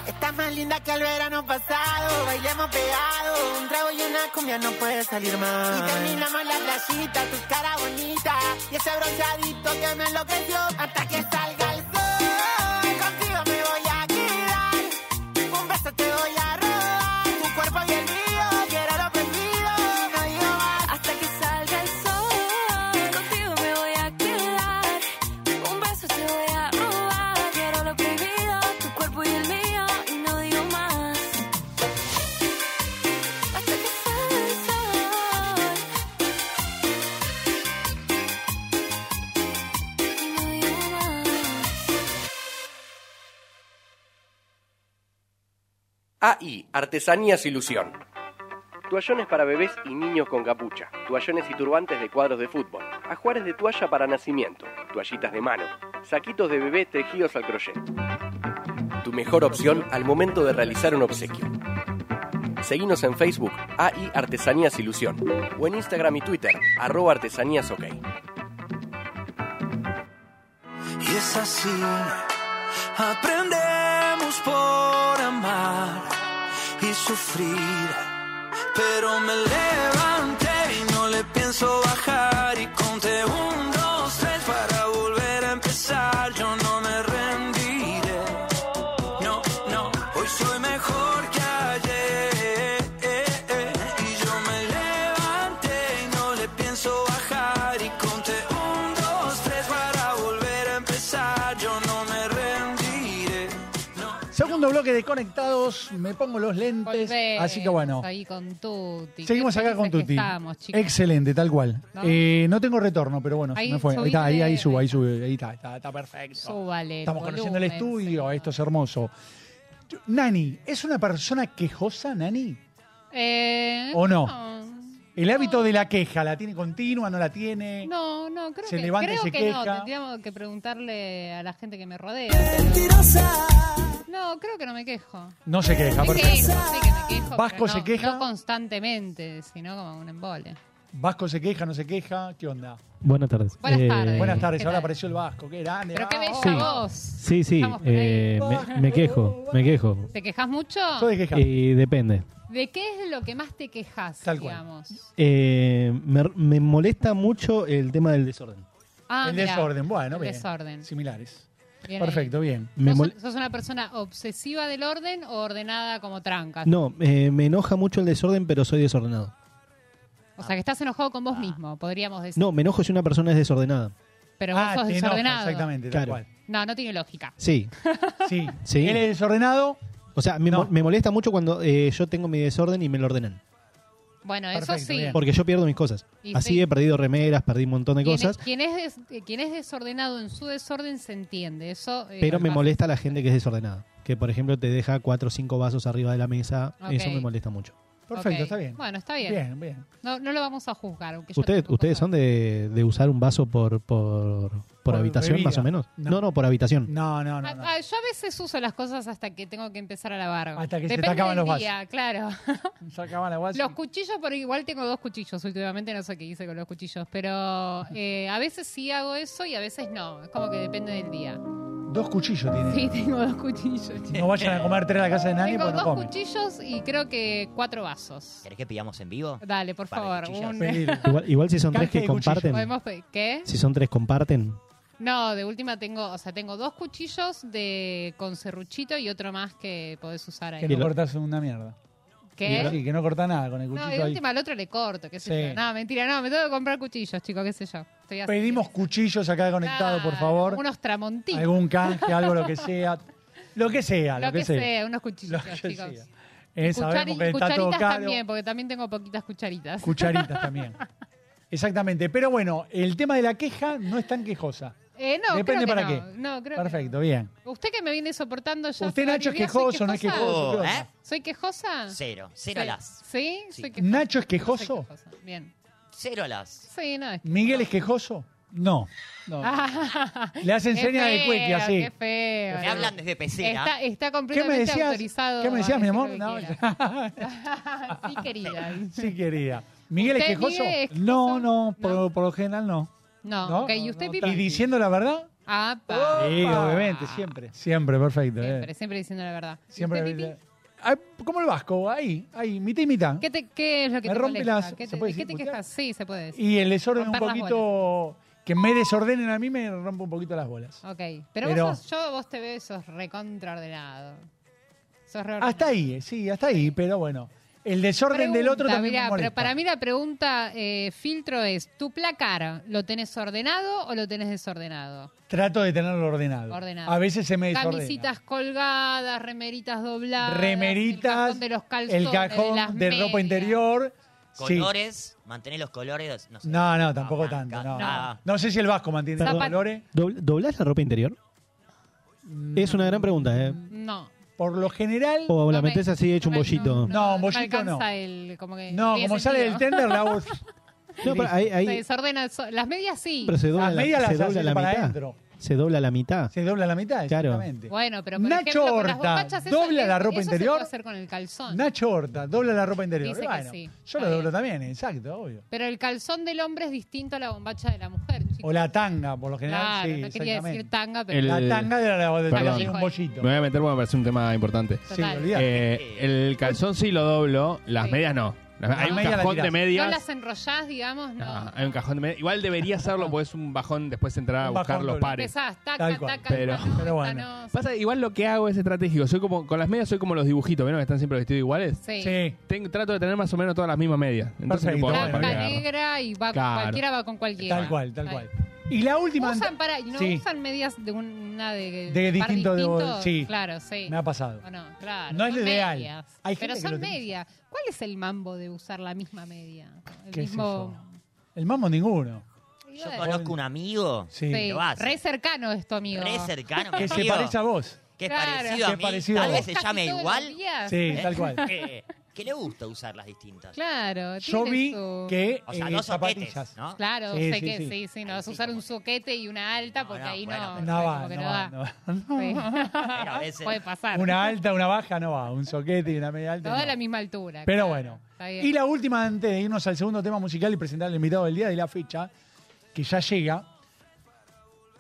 G: Estás más linda que el verano pasado, bailemos pegados, un trago y una cumbia no puede salir más. Y terminamos en la playita, tu cara bonita y ese bronceadito que me enloqueció hasta que salga el sol. Contigo me voy a quedar, un beso te voy a robar, tu cuerpo y el mío que era lo prohibido, no digo más.
I: Hasta que salga el sol, contigo me voy a quedar. Un beso te voy a robar. Quiero lo prohibido, tu cuerpo y el mío, y no digo más. Hasta que salga el sol, y no digo más.
J: AI, Artesanías Ilusión. Toallones para bebés y niños con capucha. Toallones y turbantes de cuadros de fútbol. Ajuares de toalla para nacimiento. Toallitas de mano. Saquitos de bebé tejidos al crochet. Tu mejor opción al momento de realizar un obsequio. Seguinos en Facebook, AI Artesanías Ilusión. O en Instagram y Twitter, arroba artesanías ok.
B: Y es así, aprendemos por amar y sufrir. Pero me levanté y no le pienso bajar. Y conté un, dos, tres para volver a empezar. Yo no me rendiré. No, no, hoy soy mejor que ayer. Y yo me levanté y no le pienso bajar. Y conté un, dos, tres para volver a empezar. Yo no me rendiré.
C: Segundo bloque de conectados, me pongo los lentes.
D: Volvemos
C: Así que bueno,
D: Ahí con Tuti.
C: seguimos
D: Qué
C: acá con
D: felices que
C: Tuti.
D: Estamos, chicos.
C: Excelente, tal cual.
D: ¿No?
C: ¿No? no tengo retorno, pero bueno, se
D: Ahí
C: me fue. Ahí está, ahí,
D: subite-
C: ahí sube, ahí sube, ahí está, está, está perfecto.
D: Súbale el
C: Estamos conociendo el
D: volumen,
C: estudio,
D: señor.
C: esto es hermoso. Nani, ¿es una persona quejosa, Nani?
D: Eh,
C: ¿O no? ¿El hábito de la queja la tiene continua, no la tiene?
D: No, no, creo
C: Se
D: que,
C: levanta y
D: creo
C: se
D: que no.
C: queja.
D: Tendríamos que preguntarle a la gente que me rodea. No, creo que no me quejo.
C: No se queja,
D: Me
C: perfecto.
D: quejo, sí que me quejo.
C: ¿Vasco
D: pero no,
C: se queja?
D: No constantemente, sino como un embole.
C: Vasco se queja, no se queja, ¿qué onda?
K: Buenas tardes.
C: Buenas
K: Eh,
C: tardes. Buenas tardes,
D: ¿Qué
C: ahora
D: tal?
C: apareció el Vasco, qué grande.
D: Pero qué bella
C: Vasco.
D: voz.
K: Sí, sí,
D: Estamos por ahí.
K: eh, me, me quejo, me quejo.
D: ¿Te quejas mucho?
K: Y depende.
D: ¿De qué es lo que más te quejas, digamos?
K: Eh, me, me molesta mucho el tema del desorden.
D: Ah,
C: el
D: mirá,
C: desorden, bueno,
D: el
C: bien.
D: desorden.
C: Similares.
D: Bien
C: Perfecto, bien.
K: Me mol-
D: ¿Sos una persona obsesiva del orden o ordenada como trancas?
K: no, eh, me enoja mucho el desorden, pero soy desordenado.
D: O sea, que estás enojado con
C: Ah.
D: vos mismo, podríamos decir.
K: No, me enojo si una persona es desordenada.
D: Pero
H: Ah,
D: vos sos
C: Ah, te enoja,
D: desordenado.
C: exactamente,
K: tal Claro. cual.
D: No, no tiene lógica.
K: Sí,
C: Sí.
K: sí.
C: Él es desordenado.
K: O sea, me, mo- me molesta mucho cuando eh, yo tengo mi desorden y me lo ordenan.
D: Bueno, eso sí.
K: Porque yo pierdo mis cosas.
D: Y
K: Así
D: sí.
K: he perdido remeras, perdí un montón de
D: Quien
K: cosas.
D: es- Quien es, des- eh, quien es desordenado en su desorden se entiende. Eso, eh,
K: Pero me
D: pasa.
K: molesta la gente que es desordenada. Que, por ejemplo, te deja cuatro o cinco vasos arriba de la mesa.
D: Ok.
K: Eso me molesta mucho.
C: Perfecto,
D: Ok.
C: está bien.
D: Bueno, está bien.
C: Bien, bien.
D: No, no lo vamos a juzgar. aunque yo
K: ¿Ustedes,
D: tampoco
K: ustedes son de, de usar un vaso por, por, por habitación,
C: bebida.
K: más o menos?
C: No.
K: No, no, por habitación.
C: No, no, no.
D: Ah, ah, yo a veces uso las cosas hasta que tengo que empezar a lavar.
C: Hasta que se te
D: Depende
C: acaban
D: del
C: los
D: día, claro.
C: Se acaban las guasas.
D: Los cuchillos, por igual tengo dos cuchillos últimamente, no sé qué hice con los cuchillos, pero eh, a veces sí hago eso y a veces no. Es como que depende del día.
C: Dos cuchillos tiene.
D: Sí, tengo dos cuchillos.
C: No vayan a comer tres a la casa de Nani
D: Tengo
C: porque no
D: dos
C: comen.
D: cuchillos y creo que cuatro vasos.
F: ¿Querés que pillamos en vivo?
D: Dale, por
F: Par de
D: favor.
F: cuchillos.
D: un-
K: Igual, igual si son tres
D: Canje
K: que
D: de
K: comparten.
D: Podemos pe- ¿Qué?
K: Si son tres comparten.
D: No, de última tengo, o sea, tengo dos cuchillos de con serruchito y otro más que podés usar ahí.
C: Que no cortas una mierda.
D: ¿Qué?
C: Sí, que no cortas nada con el
D: No,
C: cuchillo
D: de
C: ahí.
D: última al otro le corto, qué sé
C: Sí.
D: yo. No, mentira, no, me tengo que comprar cuchillos, chicos, qué sé yo. Estoy así.
C: Pedimos cuchillos acá conectados, por favor.
D: Unos tramontitos.
C: Algún canje, algo lo que sea. Lo que sea,
D: lo, que, sea. unos cuchillos, chicos.
C: Eh,
D: Y
C: sabemos
D: cuchari-
C: que está todo
D: cucharitas
C: caro.
D: también, porque también tengo poquitas cucharitas.
C: Cucharitas también. Exactamente. Pero bueno, el tema de la queja no es tan quejosa.
D: Eh, no,
C: Depende
D: creo que
C: para
D: no.
C: qué.
D: No, creo que
C: Perfecto, bien.
D: no. Usted que me viene soportando ya.
C: Usted,
D: toda
C: Nacho,
D: mi
C: es
D: vida, ¿soy
C: quejoso, no es
D: quejosa?
C: quejoso, ¿qué onda? ¿Eh?
D: ¿Soy quejosa?
F: Cero, cero
D: Sí.
F: las.
D: ¿Sí?
F: Sí.
D: Soy quejosa.
C: ¿Nacho es quejoso?
D: Bien.
F: Cero las.
D: Sí, no. es-
C: ¿Miguel es quejoso? No. Ah. no. Le hacen
D: Ah. Qué
C: señas de
D: feo,
C: cueque, así.
D: Qué feo.
F: Me hablan desde pecera.
D: Está, está
C: ¿Qué
D: completamente
C: me decías?
D: autorizado.
C: ¿Qué me
D: a
C: decías, mi
D: decir
C: amor?
D: lo que
C: No.
D: quiera. sí, querida.
C: sí, querida. ¿Miguel es
D: ¿Usted,
C: quejoso?
D: Miguel, es
C: No, no, por, por lo general no.
D: No,
C: No,
D: ok. ¿Y usted, Pipi?
C: ¿Y diciendo la verdad?
D: Ah, pa.
C: Sí, obviamente, siempre. Siempre, perfecto. eh.
D: Siempre, siempre diciendo la verdad. ¿Y
C: Siempre.
D: usted, Pipi?
C: Ay, como el vasco, ahí, ahí, mitad y mitad.
D: ¿Qué, te- qué es lo que
C: Me
D: te
C: rompe
D: molesta?
C: las-
D: ¿Qué
C: ¿se
D: te,
C: puede
D: de qué te
C: decir?
D: quejas? Sí, se puede decir.
C: Y el desorden un
D: Romper las
C: poquito. Que me desordenen a mí me rompe un poquito las bolas.
D: Ok. Pero, vos
C: Pero-
D: sos- yo vos te veo sos recontra ordenado. Sos re ordenado.
C: Hasta ahí, eh, sí, hasta ahí, pero bueno. El desorden del otro
D: Pregunta,
C: también
D: mirá,
C: me
D: pero
C: molesta.
D: para mí la pregunta eh, filtro es, ¿tu placar lo tenés ordenado o lo tenés desordenado?
C: Trato de tenerlo ordenado.
D: Ordenado.
C: A veces se me desordena.
D: Camisitas colgadas, remeritas dobladas,
C: Remeritas,
D: el cajón de los calzones,
C: El cajón
D: las
C: de
D: medias.
C: ropa interior. sí.
F: Colores, mantener los colores.
D: Pues
F: No sé.
C: No, no, tampoco tanto. No.
F: nada.
C: No sé si el Vasco mantiene los
K: Zapat-
C: valores.
K: ¿Dobl- ¿Doblás la ropa interior?
C: Mm.
K: Es una gran pregunta, ¿eh?
D: No.
C: Por lo general.
K: O Oh, la metés así hecho un bollito.
C: No, un
D: me
C: bollito no.
D: alcanza el- como que
C: No,
D: tiene
C: como sale
D: sentido.
C: del tender, la voz.
K: No, pero ahí- ahí-
D: Se desordena. el so- Las medias sí. Ah,
K: Pero se dobla
C: Las
K: la,
C: medias
K: se
C: las
K: dobla
C: haces
K: la
C: para
K: mitad.
C: adentro.
K: Se dobla la mitad.
C: Se dobla la mitad,
K: Claro.
C: exactamente.
D: Bueno, pero por
C: Nacho
D: ejemplo, con las
C: Horta,
D: bocachas eso-
C: dobla la ropa
D: eso
C: interior.
D: Se puede hacer con el calzón.
C: Nacho Horta, dobla la ropa interior.
D: Dice que
C: Bueno,
D: sí.
C: Yo la doblo también, exacto, obvio.
D: Pero el calzón del hombre es distinto a la bombacha de la mujer, chicos.
C: O la tanga, por lo general.
D: Claro,
C: sí,
D: no quería
C: exactamente.
D: decir tanga, pero.
E: El-
C: La tanga de la de
E: Perdón.
C: un bollito.
E: Me voy a meter porque me parece un tema importante.
C: Sí,
D: Total.
C: olvidate.
E: Eh, el calzón sí lo doblo, las medias no. Las-
C: Las
E: hay un
C: medias las
E: cajón
C: tirás.
E: de
D: No
E: medias.
D: las enrollás, digamos, no.
E: Ah, hay un cajón de medias. Igual debería hacerlo porque es un bajón después entrar a
C: Un
E: buscar
C: bajón
E: los
C: doble.
E: pares.
D: Empezás, taca,
C: Tal cual.
D: taca,
E: Pero-
D: esta no,
C: pero
D: esta
C: bueno.
D: no.
E: Pasa, igual lo que hago es estratégico. Soy como, con las medias soy como los dibujitos, ¿vieron? Que están siempre vestidos iguales.
D: Sí.
C: Sí.
E: Tengo- trato de tener más o menos todas las mismas medias. Entonces
C: Perfecto,
E: no puedo
C: bueno,
E: para
D: Blanca,
E: qué agarro.
D: negra y va
E: Claro.
D: cualquiera va con cualquiera.
C: Tal cual, tal
D: Ahí.
C: cual. Y la última.
D: Usan para, y no
C: Sí.
D: usan medias de una de,
C: De
D: par
C: distinto de- sí.
D: Claro, sí.
C: Me ha pasado.
D: O no, claro.
C: No es
D: son
C: lo ideal.
D: medias.
C: Hay
D: pero
C: gente que
D: son
C: lo tiene.
D: medias. ¿Cuál es el mambo de usar la misma media? El
C: ¿Qué es
D: mismo.
C: El mambo ninguno.
F: Yo conozco un amigo
C: Sí.
D: Sí,
F: lo hace.
D: re cercano esto, amigo.
F: re cercano.
C: Que se
F: conmigo,
C: parece a vos.
F: Que es
D: Claro.
F: parecido a
C: Que
F: mí.
C: parecido a
F: Tal
C: vos.
F: vez se
D: Casi
F: llame
D: todos
F: igual.
D: los días.
C: Sí,
F: ¿eh?
C: tal cual.
F: Que, que le gusta usar las distintas.
D: Claro,
C: Yo
D: tiene
C: vi
D: su-
C: que
F: O sea,
C: eh,
F: dos soquetes,
C: zapatillas.
F: ¿no?
D: Claro,
C: Sí,
D: sé
C: sí,
D: que
C: sí.
D: sí, sí, no vas a usar un soquete y una alta porque ahí no.
C: No va,
D: como que
C: no va,
D: da.
C: no va.
D: Sí.
F: a veces-
D: Puede pasar.
C: Una alta, una baja no va, un soquete y una media alta.
D: Toda
C: no.
D: a la misma altura. claro.
C: Pero bueno.
D: Está bien.
C: Y la última antes de irnos al segundo tema musical y presentar al invitado del día de la fecha, que ya llega.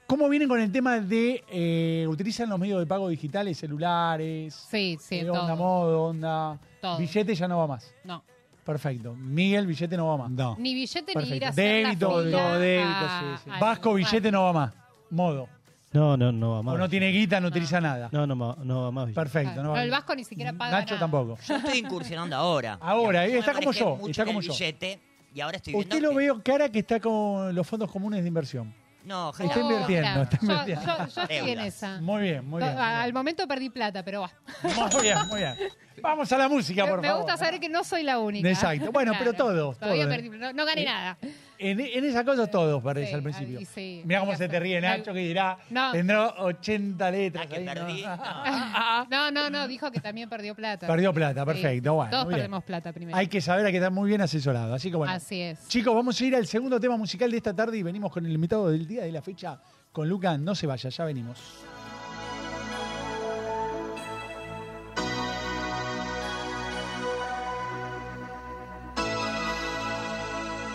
C: ¿Cómo vienen con el tema de eh, utilizan los medios de pago digitales, celulares?
D: Sí, sí,
C: eh,
D: todo.
C: onda modo, onda.
D: Todo.
C: Billete ya no va más.
D: No.
C: Perfecto. Miguel, billete no va más. No.
D: Ni billete ni ir a hacer
C: Débito,
D: la fila Ah,
C: todo, débito,
D: a-
C: sí, sí.
D: al-
C: Vasco, billete no va más. Modo.
K: No, no, no va más.
C: O no tiene guita, no, utiliza nada.
K: No, no, ma- no va más.
C: Perfecto, no
D: No,
C: va
D: el Vasco ni siquiera paga
C: Nacho
D: nada.
C: tampoco.
F: Yo estoy incursionando ahora.
C: Ahora,
F: Digamos,
C: eh, está
F: me
C: como
F: manejé
C: yo,
F: mucho
C: está
F: en el
C: como yo.
F: billete y ahora estoy viendo
C: Usted lo veo cara que está con los fondos comunes de inversión.
F: No,
C: Está
F: ojalá.
C: invirtiendo, está
D: Yo-
C: invirtiendo.
D: Yo, yo estoy en
F: Deudas.
D: esa.
C: Muy bien, muy bien.
D: A- Al momento perdí plata, pero va.
C: Muy bien, muy bien. Vamos a la música, por
D: ah. Me
C: favor.
D: gusta saber que no soy la única.
C: Exacto. Bueno, pero ¿eh? todos,
D: Todavía
C: todos,
D: perdí, no, no gané nada.
C: En, en esas cosas todos perdés
D: Sí,
C: al principio.
D: ahí sí.
C: Mirá cómo se te ríe Nacho que dirá,
D: No.
C: tendrá 80 letras.
F: Ah, que
C: ahí, ¿no?
F: perdí. No.
D: No, no, no, dijo que también perdió plata.
C: ah, Perdió plata,
D: Sí.
C: perfecto. Bueno,
D: Todos
C: muy bien.
D: perdemos plata primero.
C: Hay que saber a que está muy bien asesorado. Así que bueno.
D: Así es.
C: Chicos, vamos a ir al segundo tema musical de esta tarde y venimos con el invitado del día de la fecha. Con Luca, no se vaya, ya venimos.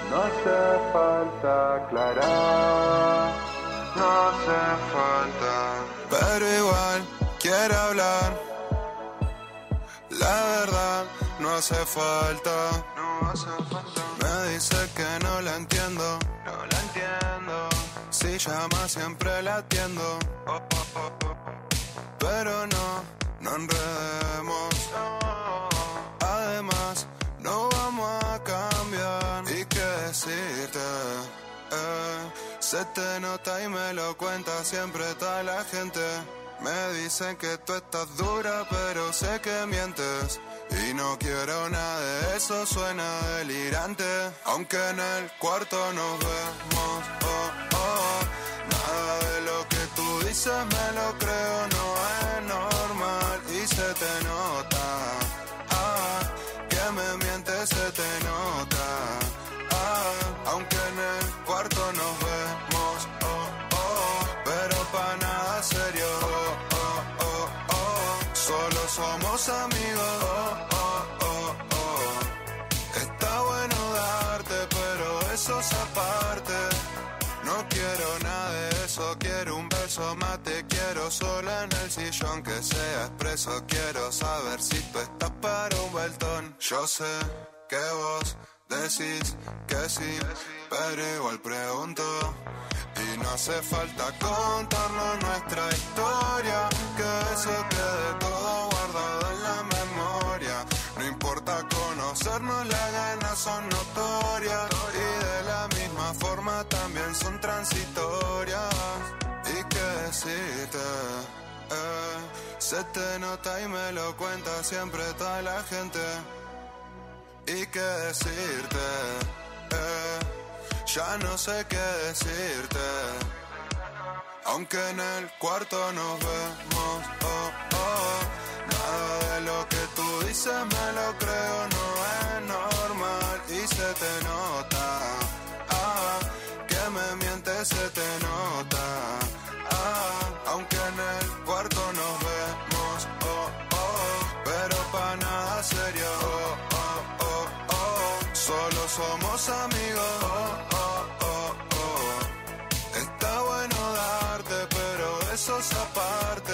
L: No hace falta aclarar, no hace falta. Pero igual quiero hablar. La verdad, no hace falta. No hace falta. Me dice que no la entiendo. No la entiendo. Oh, Si llama siempre la atiendo. Pero no, no enredemos. Además, no vamos a cambiar. ¿Y qué decirte? Eh, se te nota y me lo cuenta siempre está la gente. Me dicen que tú estás dura, pero sé que mientes. Y no quiero nada de eso, suena delirante. Aunque en el cuarto nos vemos. Oh, oh. Nada de lo que tú dices me lo creo, no es normal. Y se te nota. Ah, que me mientes se te nota. Ah, aunque en el cuarto nos vemos, oh, oh, pero para nada serio, oh, oh, oh, oh, solo somos amigos, oh, oh, oh, oh. Está bueno darte, pero eso es aparte. No quiero nada de eso, quiero un beso más, te quiero sola en el sillón que sea expreso. Quiero saber si tú estás para un vueltón. Yo sé que vos decís que sí, pero igual pregunto. Y no hace falta contarnos nuestra historia, que se quede todo guardado en la memoria. No importa conocernos, las ganas son notorias y de la misma forma también son transitorias. ¿Y qué decirte? Eh, se te nota y me lo cuenta siempre toda la gente. ¿Y qué decirte? Eh, ya no sé qué decirte. Aunque en el cuarto nos vemos, oh, oh. Nada de lo que tú dices me lo creo, no es normal y se te nota. Ah, que me mientes se te nota. Ah, aunque en el cuarto nos vemos, oh, oh. Pero para nada serio, oh, oh, oh, oh. Solo somos amigos, oh, oh, oh, oh. Está bueno darte, pero eso es aparte.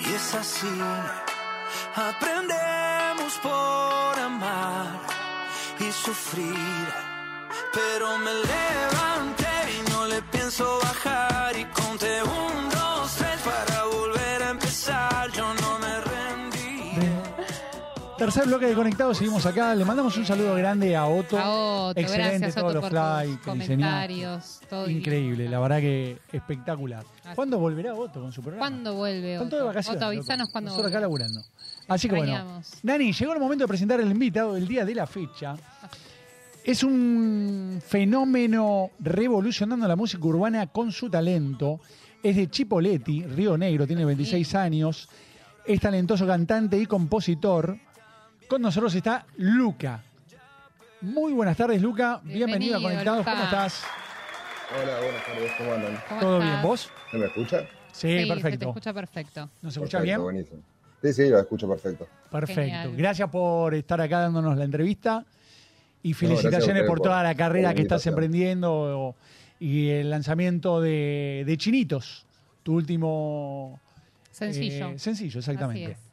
B: Y es así, aprendemos por amar y sufrir, Pero me levanté y no le pienso bajar. Y conté un, dos, tres para volver a empezar. Yo no me rendí.
C: Tercer bloque de Conectados, seguimos acá. Le mandamos un saludo grande a Otto.
D: A Otto,
C: Excelente
D: gracias,
C: todos
D: Otto,
C: los
D: por
C: fly
D: tus
C: que diseñó.
D: comentarios, todo
C: Increíble, la verdad que espectacular.
D: Así.
C: ¿Cuándo volverá Otto con su programa?
D: ¿Cuándo vuelve
C: Están
D: Otto?
C: todos de vacaciones.
D: Otto,
C: loco.
D: avisanos cuando
C: Nosotros acá
D: vuelve.
C: laburando. Así que bueno.
D: Extrañamos.
C: Nani, llegó el momento de presentar el invitado del día de la fecha. Es un fenómeno revolucionando la música urbana con su talento. Es de Chipoletti, Río Negro, tiene 26 años. Es talentoso cantante y compositor. Con nosotros está Luca. Muy buenas tardes, Luca. Bienvenido, a
M: Bienvenido,
C: Conectados. ¿Cómo
M: Luca.
C: estás?
M: Hola, buenas tardes, ¿cómo andan?
D: ¿Cómo ¿Todo estás? bien, vos?
M: ¿Se me escucha?
C: Sí,
D: Sí, Se te
C: perfecto.
D: escucha perfecto.
C: ¿Nos escucha
M: Perfecto,
C: bien?
M: buenísimo. Sí, sí, lo escucho perfecto.
C: Perfecto.
D: Genial.
C: Gracias por estar acá dándonos la entrevista y
M: gracias a
C: felicitaciones
M: ustedes
C: por
M: por-
C: toda la
M: por
C: carrera
M: la
C: que estás
M: invitación.
C: emprendiendo y el lanzamiento de, de Chinitos, tu último
D: Sencillo.
C: eh, sencillo, exactamente.
D: Así es.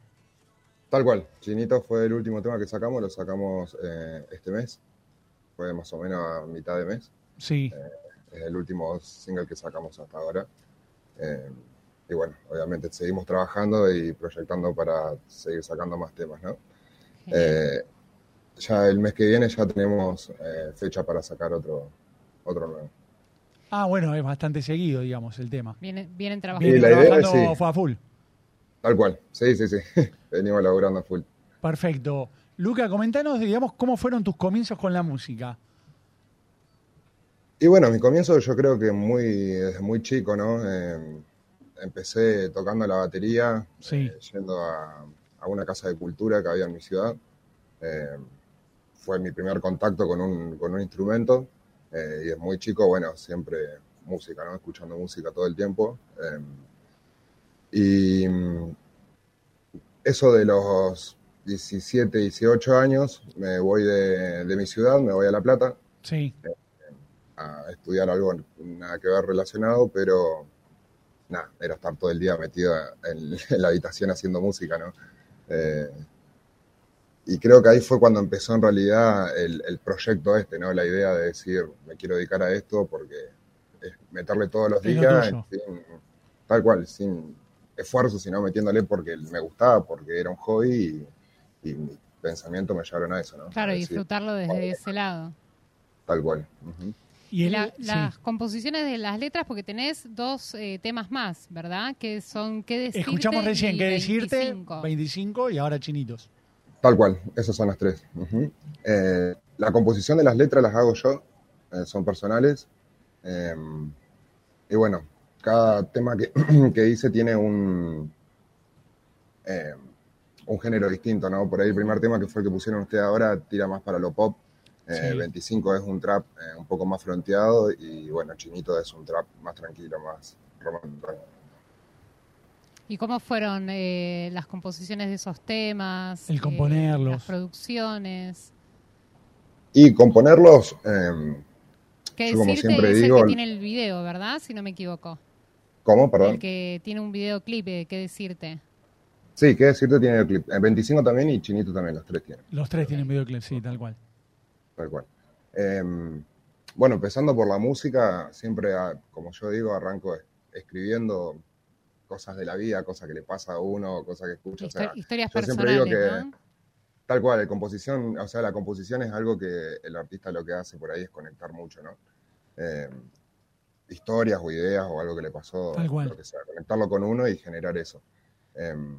M: Tal cual, Chinito fue el último tema que sacamos, lo sacamos eh, este mes, fue más o menos a mitad de mes, Eh,
C: Sí.
M: es el último single que sacamos hasta ahora. Eh, y bueno, obviamente seguimos trabajando y proyectando para seguir sacando más temas, ¿no? Eh, ya el mes que viene ya tenemos eh, fecha para sacar otro, otro nuevo.
C: Ah, bueno, es bastante seguido, digamos, el tema.
D: Vienen, vienen trabajando.
C: Viene
M: la idea es
C: trabajando
M: sí.
C: a full.
M: Tal cual, sí, sí, sí, venimos laburando a full.
C: Perfecto. Luca, comentanos, digamos, cómo fueron tus comienzos con la música.
M: Y bueno, mi comienzo yo creo que muy, desde muy chico, ¿no? Eh, empecé tocando la batería,
C: Sí.
M: eh, yendo a, a una casa de cultura que había en mi ciudad. Eh, fue mi primer contacto con un, con un instrumento. eh, y desde muy chico, bueno, siempre música, ¿no? Escuchando música todo el tiempo. eh, y mm, eso de los 17, 18 años, me voy de, de mi ciudad, me voy a La Plata
C: Sí.
M: a estudiar algo nada que ver relacionado, pero nada, era estar todo el día metido en, en la habitación haciendo música, ¿no? Eh, y creo que ahí fue cuando empezó en realidad el, el proyecto este, ¿no? La idea de decir, me quiero dedicar a esto porque es meterle todos los
C: Es lo
M: días,
C: tuyo.
M: sin- tal cual, sin esfuerzo, sino metiéndole porque me gustaba, porque era un hobby y, y mi pensamiento me llevaron a eso, ¿no?
D: Claro,
M: A
D: y
M: decir,
D: disfrutarlo desde ese lado.
M: Tal cual. ujú.
C: Y e-
D: La- las composiciones de las letras, porque tenés dos eh, temas más, ¿verdad? Que son ¿Qué decirte?
C: Escuchamos recién
D: y
C: qué decirte,
D: 25.
C: 25. y ahora Chinitos.
M: Tal cual, esas son las tres. Ujú. Eh, la composición de las letras las hago yo, eh, son personales. Eh, y bueno, cada tema que, que hice tiene un, eh, un género distinto, ¿no? Por ahí el primer tema que fue el que pusieron ustedes ahora tira más para lo pop. Eh,
C: Sí.
M: 25 es un trap eh, un poco más fronteado y bueno, Chinito es un trap más tranquilo, más romántico.
D: ¿Y cómo fueron eh, las composiciones de esos temas?
C: El
D: eh,
C: componerlos.
D: las producciones.
M: Y componerlos... eh,
D: ¿Qué
M: Yo, como
D: decirte?
M: siempre
D: es el
M: digo,
D: que
M: el-
D: tiene el video, ¿verdad? Si no me equivoco.
M: ¿Cómo? Perdón.
D: El que tiene un videoclip, eh, ¿qué decirte?
M: Sí, qué decirte tiene el clip. En 25 también y Chinito también, los tres tienen,
C: Los tres tienen videoclip, sí, tal cual.
M: tal cual. Em, bueno, empezando por la música, siempre, ah, como yo digo, arranco es- escribiendo cosas de la vida, cosas que le pasa a uno, cosas que escucha. o sea,
D: Histori- historias
M: yo siempre digo
D: personales,
M: que,
D: ¿no?
M: tal cual, la composición, o sea, la composición es algo que el artista lo que hace por ahí es conectar mucho, ¿no? Em, historias o ideas o algo que le pasó,
C: Tal cual.
M: lo que sea, conectarlo con uno y generar eso. Em,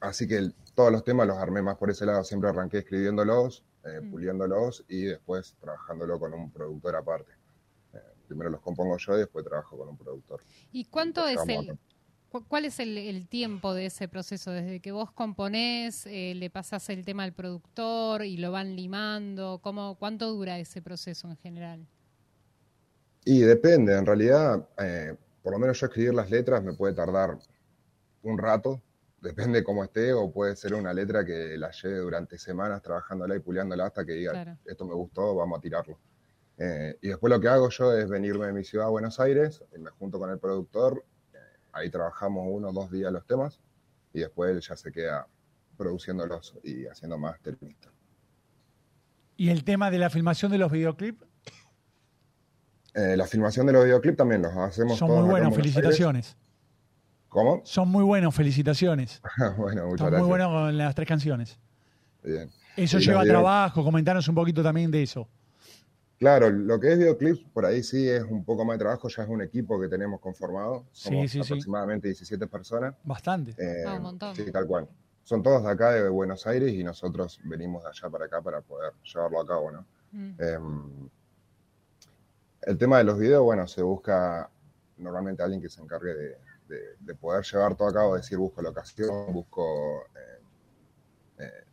M: así que el- todos los temas los armé más por ese lado, siempre arranqué escribiéndolos, eh, puliéndolos y después trabajándolo con un productor aparte. Eh, primero los compongo yo y después trabajo con un productor.
D: ¿Y cuánto es
M: Estamos
D: el, cu- cuál es el, el tiempo de ese proceso? Desde que vos componés, eh, le pasás el tema al productor y lo van limando, ¿cómo, ¿cuánto dura ese proceso en general?
M: Y depende, en realidad, eh, por lo menos yo escribir las letras me puede tardar un rato, depende cómo esté, o puede ser una letra que la lleve durante semanas trabajándola y puliándola hasta que diga,
D: Claro.
M: esto me gustó, vamos a tirarlo. Eh, y después lo que hago yo es venirme de mi ciudad a Buenos Aires, y me junto con el productor, eh, ahí trabajamos uno o dos días los temas, y después él ya se queda produciéndolos y haciendo más
C: ¿Y el tema de la filmación de los videoclips?
M: Eh, la filmación de los videoclips también los hacemos
C: Son
M: todos
C: muy
M: acá en
C: buenos,
M: Buenos Aires.
C: felicitaciones.
M: ¿Cómo? Ah,
C: Son muy buenos, felicitaciones.
M: bueno, muchas
C: Están
M: gracias.
C: muy buenos con las tres canciones.
M: Bien.
C: Eso
M: Y los
C: lleva
M: video-
C: trabajo, comentanos un poquito también de eso.
M: Claro, lo que es videoclips, por ahí sí es un poco más de trabajo, ya es un equipo que tenemos conformado.
C: Sí,
M: Somos
C: sí, sí.
M: aproximadamente 17 personas.
C: Bastante.
M: Eh,
C: Ah, un montón.
M: Sí, tal cual. Son todos de acá de Buenos Aires y nosotros venimos de allá para acá para poder llevarlo a cabo, ¿no? Em, el tema de los videos, bueno, se busca normalmente alguien que se encargue de, de- de poder llevar todo a cabo, decir, busco locación, busco eh, eh,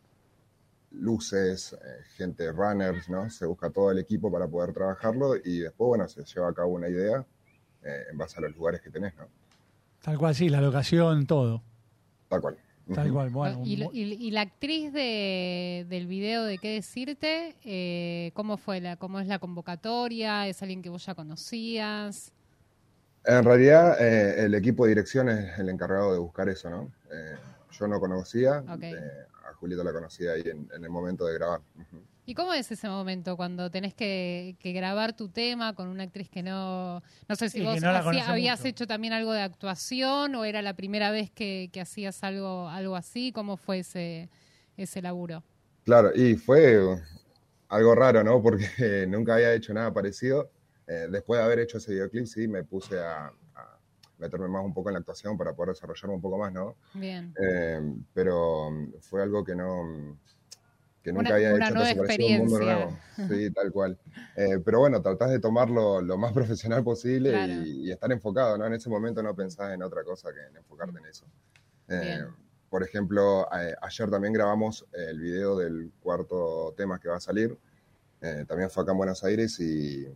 M: luces, eh, gente runners, ¿no? Se busca todo el equipo para poder trabajarlo y después, bueno, se lleva a cabo una idea eh, en base a los lugares que tenés, ¿no?
C: Tal cual, sí, la locación, todo.
M: Tal cual.
C: Tal cual, bueno.
D: y, lo- y- y la actriz de- del video de qué decirte, eh, ¿cómo fue la, cómo es la convocatoria? ¿Es alguien que vos ya conocías?
M: En realidad, eh, el equipo de dirección es el encargado de buscar eso, ¿no? Eh, yo no conocía,
D: Ok.
M: eh, a Julieta la conocía ahí en, en el momento de grabar. Ujú.
D: ¿Y cómo es ese momento cuando tenés que, que grabar tu tema con una actriz que no... No sé si
C: Sí,
D: vos
C: que no la
D: hacía-
C: conoce
D: habías
C: mucho.
D: hecho también algo de actuación o era la primera vez que, que hacías algo, algo así. ¿Cómo fue ese, ese laburo?
M: Claro, y fue algo raro, ¿no? Porque nunca había hecho nada parecido. Eh, después de haber hecho ese videoclip, sí, me puse a, a meterme más un poco en la actuación para poder desarrollarme un poco más, ¿no?
D: Bien.
M: Eh, pero mm, fue algo que no mm, que nunca
D: Una-
M: había
D: una
M: hecho,
D: nueva
M: entonces parecía un mundo nuevo.
D: experiencia.
M: Sí, tal cual. Eh, pero bueno, tratás de tomarlo lo más profesional posible y-
D: Claro.
M: y, estar enfocado, ¿no? En ese momento no pensás en otra cosa que en enfocarte en eso. Eh,
D: Bien.
M: por ejemplo, a- ayer también grabamos el video del cuarto tema que va a salir. Eh, también fue acá en Buenos Aires y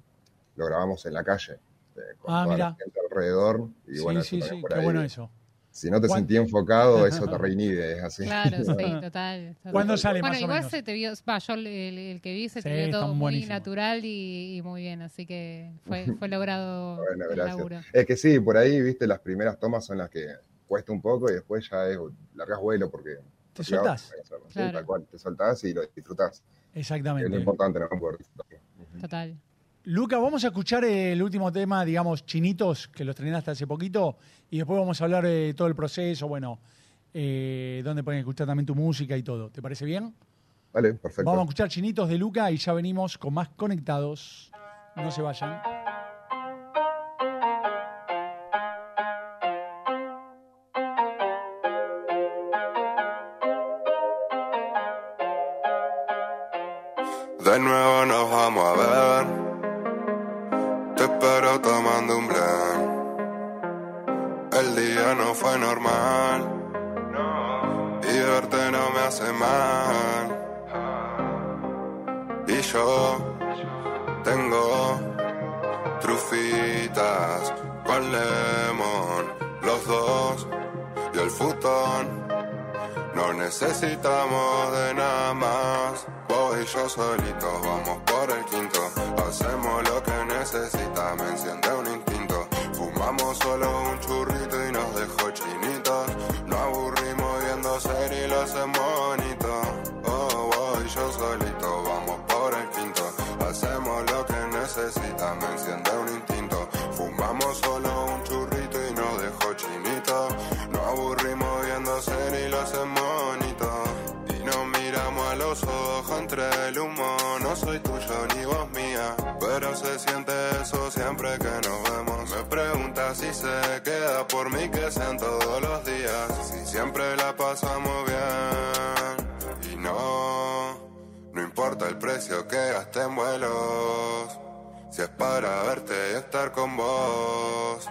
M: lo grabamos en la calle, eh, con
C: Ah,
M: toda
C: mirá.
M: la gente alrededor. Y
C: Sí,
M: bueno, eso
C: sí,
M: también
C: sí,
M: por
C: qué
M: ahí-
C: bueno eso.
M: si no te
C: ¿Cuán-
M: sentí enfocado, eso te reinhibe, es así.
D: Claro, sí, total. total.
C: ¿Cuándo sale
D: bueno,
C: más o
D: igual
C: menos?
D: se te vio, va, yo el, el- el que vi se
C: Sí,
D: te vio todo
M: están
D: muy
M: buenísimos.
D: natural y, y muy bien, así que fue, fue logrado
M: Bueno,
D: el
M: gracias.
D: laburo.
M: Es que sí, por ahí, viste, las primeras tomas son las que cuesta un poco y después ya es largas vuelo porque...
C: Te
M: porque vas
C: soltás.
M: a hacerlo. Sí,
C: Claro.
M: tal cual, te soltás y lo disfrutás. Es lo
C: Exactamente.
M: importante, ¿no? Poder disfrutarlo.
D: Total.
C: Luca, vamos a escuchar el último tema, digamos, chinitos, que los estrenaste hace poquito, y después vamos a hablar de todo el proceso, bueno, eh, dónde pueden escuchar también tu música y todo. ¿Te parece bien?
M: Vale, perfecto.
C: Vamos a escuchar chinitos de Luca y ya venimos con más conectados. No se vayan.
L: De nuevo nos vamos a ver. Te espero tomando un blend. El día no fue normal. Y verte no me hace mal. Y yo tengo trufitas con lemon, los dos y el futón. No necesitamos de nada más. Vos y yo solitos vamos por el quinto. Hacemos lo que necesita, me enciende un instinto. Fumamos solo un churrito y nos dejó chinitos. Nos aburrimos viendo series y lo hacemos bonito. Oh, vos y yo solitos vamos por el quinto. Hacemos lo que necesita, me enciende un instinto. Fumamos solo un churrito y nos dejó chinito. Nos aburrimos viendo series y lo hacemos bonito. Y nos miramos a los ojos entre el humo. No soy tuyo ni vos mía, pero se siente eso siempre que nos vemos. Me pregunta si se queda por mí que sean todos los días. Si siempre la pasamos bien. Y no, no importa el precio que gasté en vuelos. Si es para verte y estar con vos,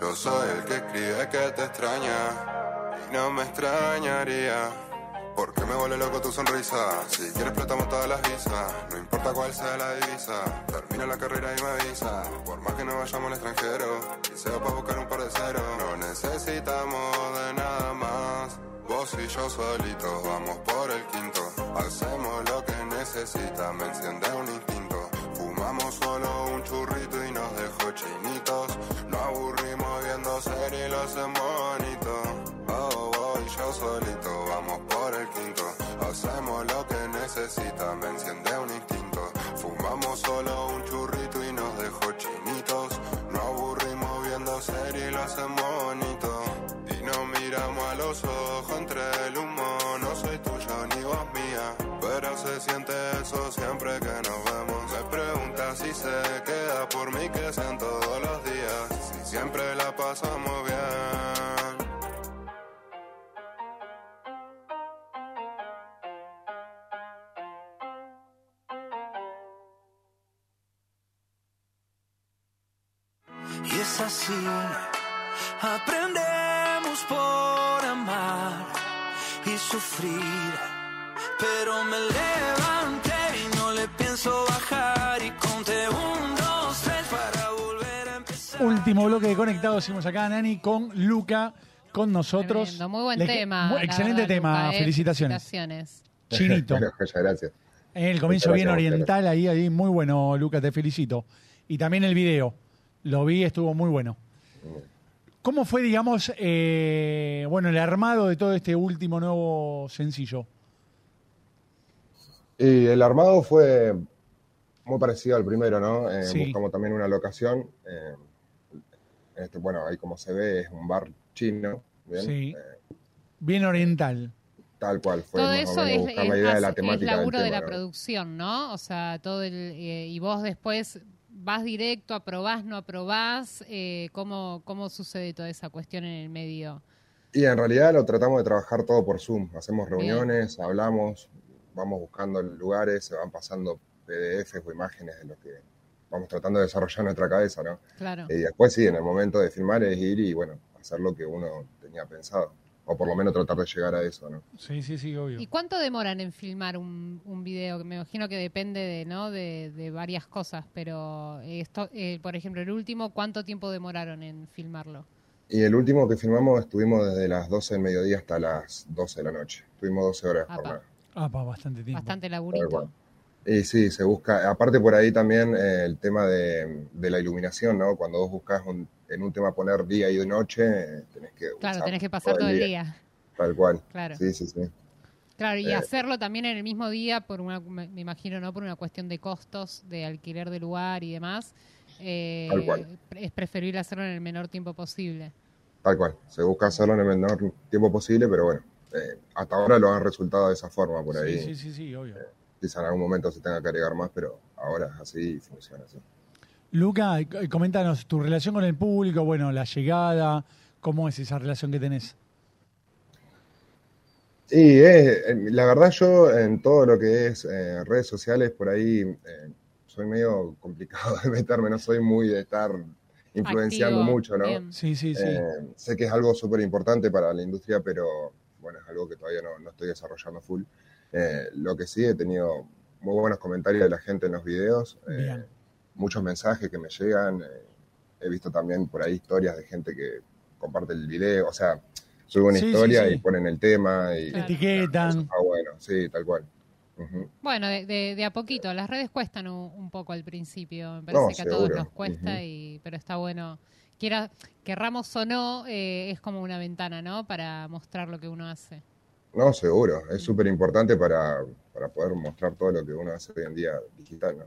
L: yo soy el que escribe que te extraña y no me extrañaría. Porque me vuelve loco tu sonrisa. Si quieres explotamos todas las visas. No importa cuál sea la divisa. Termina la carrera y me avisa. Por más que no vayamos al extranjero. Y se va para buscar un par de ceros. No necesitamos de nada más. Vos y yo solitos vamos por el quinto. Hacemos lo que necesita. Me enciende un instinto. Fumamos solo un churrito y nos dejó chinitos. Nos aburrimos viendo series y lo hacemos bonito. Oh, vos y yo solito vamos por el quinto. Hacemos lo que necesita, me enciende un instinto. pasamos bien.
B: Y es así, aprendemos por amar y sufrir. Pero me levanté y no le pienso bajar y conté un, dos, tres para volver a empezar.
C: Último bloque de conectados hicimos acá, Nani, con Luca, con nosotros.
D: Tremendo, muy buen
C: Les-
D: tema.
C: muy-
D: la
C: excelente
D: verdad,
C: tema,
D: Luca, eh,
C: felicitaciones.
D: felicitaciones.
C: Chinito.
M: Bueno, muchas gracias.
C: El comienzo
M: Muchas
C: bien
M: gracias,
C: oriental ahí, ahí, muy bueno, Luca, te felicito. Y también el video, lo vi, estuvo muy bueno. ¿Cómo fue, digamos, eh, bueno, el armado de todo este último nuevo sencillo?
M: Y el armado fue muy parecido al primero, ¿no? Eh,
C: Sí.
M: Buscamos también una locación. eh, este, bueno, ahí como se ve es un bar chino, ¿bien? Eh,
C: Sí. Bien oriental.
M: Tal cual, fue
D: Todo
M: más
D: eso
M: o
D: es,
M: menos buscar la idea de la
D: es- es
M: temática del
D: laburo de
M: tema,
D: la
M: ¿no?
D: producción, ¿no? O sea, todo el. eh, y vos después vas directo, aprobás, no aprobás. eh, ¿cómo, ¿Cómo sucede toda esa cuestión en el medio?
M: Y en realidad lo tratamos de trabajar todo por Zoom. Hacemos reuniones, hablamos, vamos buscando lugares, se van pasando PDFs o imágenes de lo que vamos tratando de desarrollar en nuestra cabeza, ¿no?
D: Claro.
M: Y después sí, en el momento de filmar es ir y, bueno, hacer lo que uno tenía pensado. O por lo menos tratar de llegar a eso, ¿no?
C: Sí, sí, sí, obvio.
D: ¿Y cuánto demoran en filmar un, un video? Que Me imagino que depende de, ¿no? de, de varias cosas, pero esto, eh, por ejemplo, el último, ¿cuánto tiempo demoraron en filmarlo?
M: Y el último que filmamos estuvimos desde las 12 del mediodía hasta las 12 de la noche. Tuvimos 12 horas de
D: Apa.
M: jornada.
C: Ah, pa, bastante tiempo.
D: Bastante
M: Tal
D: laburito.
M: cual. Y sí, se busca, aparte por ahí también eh, el tema de, de la iluminación, ¿no? Cuando vos buscas un- en un tema poner día y noche, eh, tenés que...
D: Claro,
M: usar
D: tenés que pasar todo el día.
M: Tal cual.
D: Claro.
M: Sí, sí, sí.
D: Claro, y
M: Eh,
D: hacerlo también en el mismo día, por una, me me imagino, ¿no? Por una cuestión de costos, de alquiler de lugar y demás. Eh,
M: Tal cual.
D: Es preferible hacerlo en el menor tiempo posible.
M: Tal cual. Se busca hacerlo en el menor tiempo posible, pero bueno, eh, hasta ahora lo han resultado de esa forma por ahí. Eh.
C: Sí, sí, sí, sí, obvio.
M: Quizá en algún momento se tenga que agregar más, pero ahora es así y funciona así.
C: Luca, eh, coméntanos tu relación con el público, bueno, la llegada, ¿cómo es esa relación que tenés?
M: Y eh, eh, la verdad yo en todo lo que es eh, redes sociales por ahí eh, soy medio complicado de meterme, no soy muy de estar influenciando
C: Activo,
M: mucho, ¿no?
C: bien. Sí, sí, sí.
M: Eh, sé que es algo súper importante para la industria, pero bueno, es algo que todavía no, no estoy desarrollando full. Eh, lo que sí he tenido muy buenos comentarios de la gente en los videos, eh,
C: Bien.
M: muchos mensajes que me llegan, eh, he visto también por ahí historias de gente que comparte el video, o sea, sube una
C: Sí, sí,
M: historia
C: sí.
M: y ponen el tema y...
C: Etiquetan.
M: Ah, bueno, sí, tal cual. Ujú.
D: Bueno, de, de- de a poquito. Las redes cuestan un, un poco al principio. Me parece
M: No,
D: que a todos
M: seguro.
D: nos cuesta,
M: Ujú.
D: y, pero está bueno. Quiera, querramos o no, eh, es como una ventana, ¿no? Para mostrar lo que uno hace.
M: No, seguro, es súper importante para, para poder mostrar todo lo que uno hace hoy en día digital, ¿no?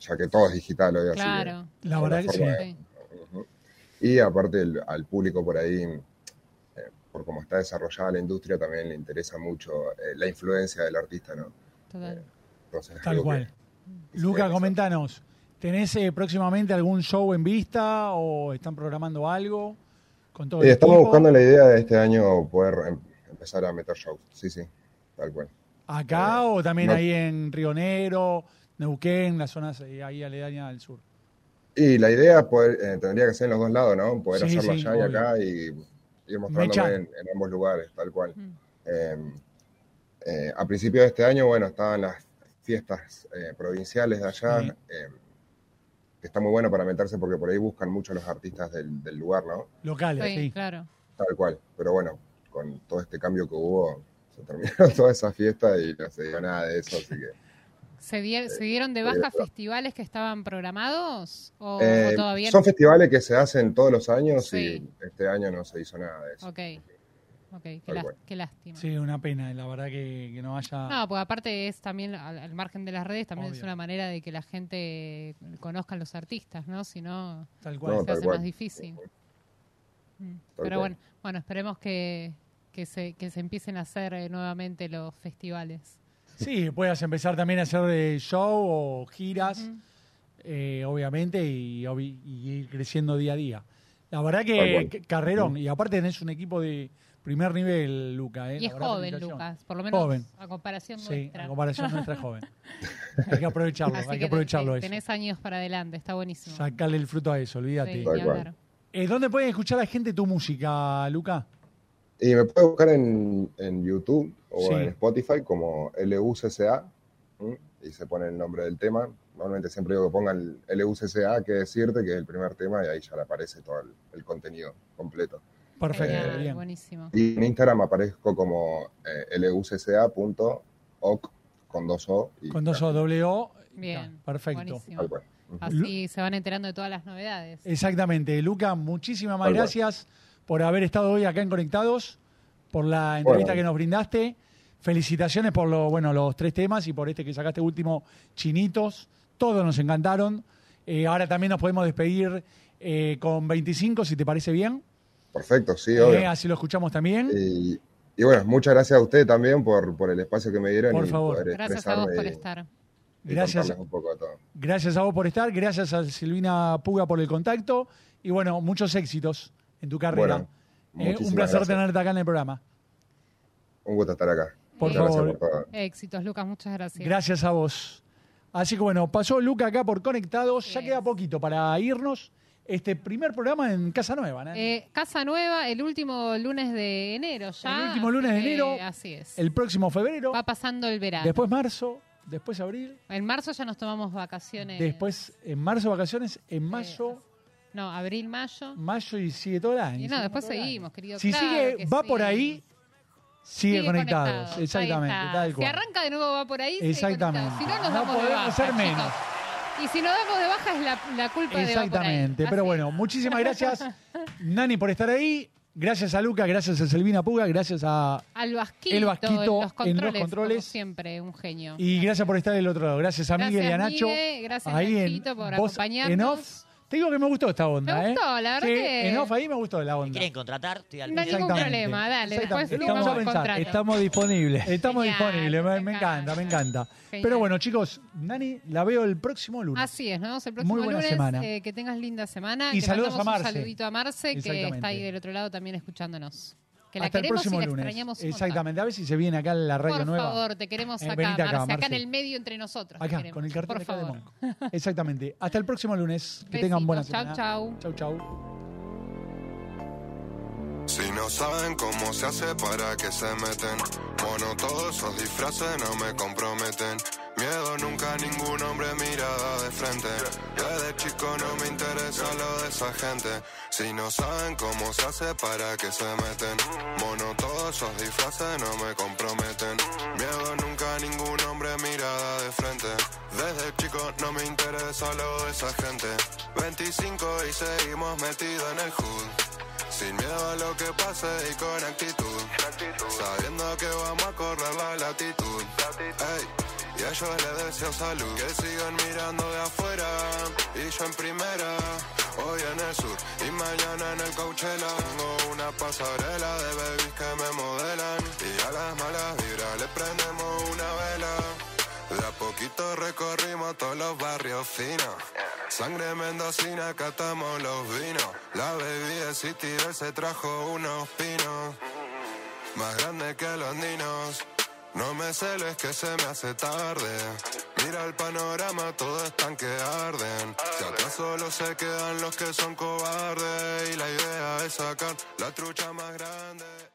M: Ya que todo es digital hoy, así que-
D: Claro.
C: La verdad que sí.
M: forma de- Ujú. Y aparte el- al público por ahí, eh, por cómo está desarrollada la industria, también le interesa mucho eh, la influencia del artista, ¿no? Eh.
D: Total.
M: Entonces, es
C: Tal
M: algo que-
C: cual. Luca, comentanos, ¿tenés eh, próximamente algún show en vista o están programando algo con todo
M: Y
C: el
M: Eh, estamos
C: equipo?
M: buscando la idea de este año poder em- empezar a meter shows, sí, sí, tal cual.
C: ¿Acá o también
M: Eh, no.
C: ahí en Río Negro, Neuquén, las zonas eh, ahí aledañas al sur?
M: Y la idea poder- eh, tendría que ser en los dos lados, ¿no? Poder
C: Sí,
M: hacerlo
C: sí,
M: allá y
C: obvio.
M: acá y ir mostrándome
C: Mecha.
M: en, en ambos lugares, tal cual. Eh, eh, a principios de este año, bueno, estaban las fiestas eh, provinciales de allá,
C: Sí.
M: eh, que está muy bueno para meterse porque por ahí buscan mucho los artistas del, del lugar, ¿no?
C: Locales, sí.
D: claro.
M: Tal cual. Pero bueno, con todo este cambio que hubo, se terminaron todas esas fiestas y no se dio nada de eso, así que...
D: ¿Se, die- ¿Se dieron de baja festivales que estaban programados? ¿O, o
M: Eh,
D: todavía
M: son festivales que se hacen todos los años
D: Sí.
M: y este año no se hizo nada de eso.
D: Ok, ok, qué,
M: Tal
D: las-
M: cual.
D: qué lástima.
C: Sí, una pena, la verdad que, que no haya...
D: No, porque aparte es también, al, al margen de las redes, también es
C: Obvio.
D: una manera de que la gente conozca a los artistas, ¿no? Si no,
C: Tal
M: cual. No,
D: se
M: tal
D: hace
M: cual.
D: más difícil. Mm,
M: cual.
D: Pero bueno, bueno esperemos que, que, se, que se empiecen a hacer eh, nuevamente los festivales.
C: Sí, puedas empezar también a hacer eh, show o giras, eh, obviamente, y, obvi- y ir creciendo día a día. La verdad
M: Tal
C: que,
M: cual.
C: que carrerón. Y aparte tenés un equipo de primer nivel, Luca. ¿eh?
D: Y
C: La
D: es
C: verdad,
D: joven,
C: felicitaciones.
D: Lucas, por lo menos
C: Joven.
D: a comparación
C: Sí,
D: nuestra.
C: a comparación nuestra es joven. Hay que aprovecharlo,
D: Así
C: hay
D: que
C: que aprovecharlo
D: ten-
C: eso.
D: Tenés años para adelante, está buenísimo.
C: Sacarle el fruto a eso, olvídate.
D: Sí, Tal ni cual. hablar.
C: Eh, ¿Dónde pueden escuchar la gente tu música, Luca?
M: Y me puede buscar en, en YouTube o
C: Sí.
M: en Spotify como LUCCA ¿m? y se pone el nombre del tema. Normalmente siempre digo que pongan LUCCA, que decirte, que es el primer tema y ahí ya le aparece todo el, el contenido completo.
C: Perfecto,
M: Eh,
C: bien.
D: Buenísimo.
M: Y en Instagram aparezco como eh, LUCCA.oc con dos O. Y
C: Con dos O, doble O.
D: Bien.
C: Perfecto.
D: Buenísimo.
M: Tal cual.
D: Así se van enterando de todas las novedades.
C: Exactamente. Luca, muchísimas más
M: Tal cual.
C: gracias por haber estado hoy acá en Conectados, por la entrevista
M: Bueno.
C: que nos brindaste. Felicitaciones por lo, bueno, los tres temas y por este que sacaste último, Chinitos. Todos nos encantaron. Eh, ahora también nos podemos despedir eh, con 25, si te parece bien.
M: Perfecto, sí,
C: Eh,
M: obvio.
C: así lo escuchamos también.
M: Y, y bueno, muchas gracias a usted también por, por el espacio que me dieron
C: Por
M: y
C: favor.
M: poder
D: Gracias a vos
M: expresarme
D: por este
M: y-
D: estar.
M: y
C: Gracias.
M: contarles un poco de todo.
C: Gracias a vos por estar, gracias a Silvina Puga por el contacto y bueno, muchos éxitos en tu carrera.
M: Bueno,
C: Eh, un
M: muchísimas
C: placer
M: gracias.
C: tenerte acá en el programa.
M: Un gusto estar acá.
C: Por
M: Muchas
C: favor.
M: Gracias por todo.
D: Éxitos, Lucas, muchas gracias.
C: Gracias a vos. Así que bueno, pasó Luca acá por Conectados, ya queda poquito para irnos. Este primer programa en Casa Nueva, ¿no?
D: Eh, Casa Nueva, el último lunes de enero ya.
C: El último
D: así
C: lunes de
D: que,
C: enero.
D: Así es.
C: el próximo febrero,
D: Va pasando el verano.
C: después marzo, después abril,
D: En marzo ya nos tomamos vacaciones.
C: después en marzo vacaciones, en mayo,
D: No, abril, mayo.
C: mayo y sigue todo el año.
D: Y no, después seguimos, querido.
C: si
D: claro
C: sigue,
D: que
C: va
D: sí.
C: por ahí, sigue,
D: Sigue
C: conectados.
D: conectados, ahí
C: Exactamente,
D: está.
C: tal
D: Si
C: cual.
D: arranca de nuevo, va por ahí. sigue
C: Exactamente.
D: conectado. Si no, nos
C: No
D: damos de
C: podemos
D: baja,
C: hacer
D: chicos.
C: menos.
D: Y si nos damos de baja es la, la culpa de va por ahí.
C: Exactamente, pero bueno, muchísimas gracias Nani por estar ahí, gracias a Luca, gracias a Selvina Puga, gracias a...
D: Al vasquito,
C: El Vasquito
D: en los
C: en
D: controles,
C: los controles.
D: como siempre, un genio.
C: Y gracias por estar del otro lado, gracias a
D: Gracias,
C: Miguel y a Nacho.
D: Migue, gracias, Nachito, por
C: Voz
D: acompañarnos.
C: En off. Te digo que me gustó esta onda,
D: Me
C: ¿eh?
D: gustó, la verdad
C: Sí,
D: que-
C: En off ahí me gustó la onda.
F: ¿Quieren contratar? Estoy al
D: No hay ningún
F: pendiente.
D: problema, dale. Después
C: Exactamente.
D: firmamos
C: Estamos-
D: el contrato.
C: Estamos disponibles. Estamos disponibles, me, me encanta, me encanta.
D: Genial.
C: Pero bueno, chicos, Nani, la veo el próximo lunes.
D: Así es, nos vemos el próximo
C: buena
D: lunes.
C: semana.
D: eh, que tengas linda semana.
C: Y
D: Te
C: saludos
D: mandamos Un
C: a Marce.
D: saludito a Marce, que
C: Exactamente.
D: está ahí del otro lado también escuchándonos. Que la
C: Hasta el
D: queremos y
C: próximo
D: la
C: lunes.
D: extrañamos un montón.
C: Exactamente, a ver si se viene acá en la radio
D: Por
C: nueva.
D: favor, te queremos
C: Eh,
D: acá,
C: venite acá,
D: Marce, acá en
C: Marce.
D: el medio entre nosotros. te
C: Acá,
D: queremos.
C: con el cartel
D: Por
C: acá de
D: favor.
C: Monk. Exactamente. Hasta el próximo lunes. Que tengan buena semana.
D: Besitos, chau,
C: Chau, chau.
L: Si no saben cómo se hace para que se meten. Mono, todos esos disfraces no me comprometen. Miedo nunca a ningún hombre, mirada de frente. Desde chico no me interesa lo de esa gente. Si no saben cómo se hace para que se meten. Mono, todos esos disfraces no me comprometen. Miedo nunca a ningún hombre, mirada de frente. Desde chico no me interesa lo de esa gente. 25 y seguimos metidos en el hood. Sin miedo a lo que pase y con actitud. Sabiendo que vamos a correr la latitud. Ey, y a ellos les deseo salud. Que sigan mirando de afuera. Y yo en primera. Hoy en el sur y mañana en el Coachella. Tengo una pasarela de babies que me modelan. Y a las malas vibras le prendemos una vela. De a poquito recorrimos todos los barrios finos. Sangre mendocina, catamos los vinos. La bebida City Bell se trajo unos pinos. Más grandes que los ninos. No me celes que se me hace tarde. Mira el panorama, todos están que arden. Si acá solo se quedan los que son cobardes. Y la idea es sacar la trucha más grande.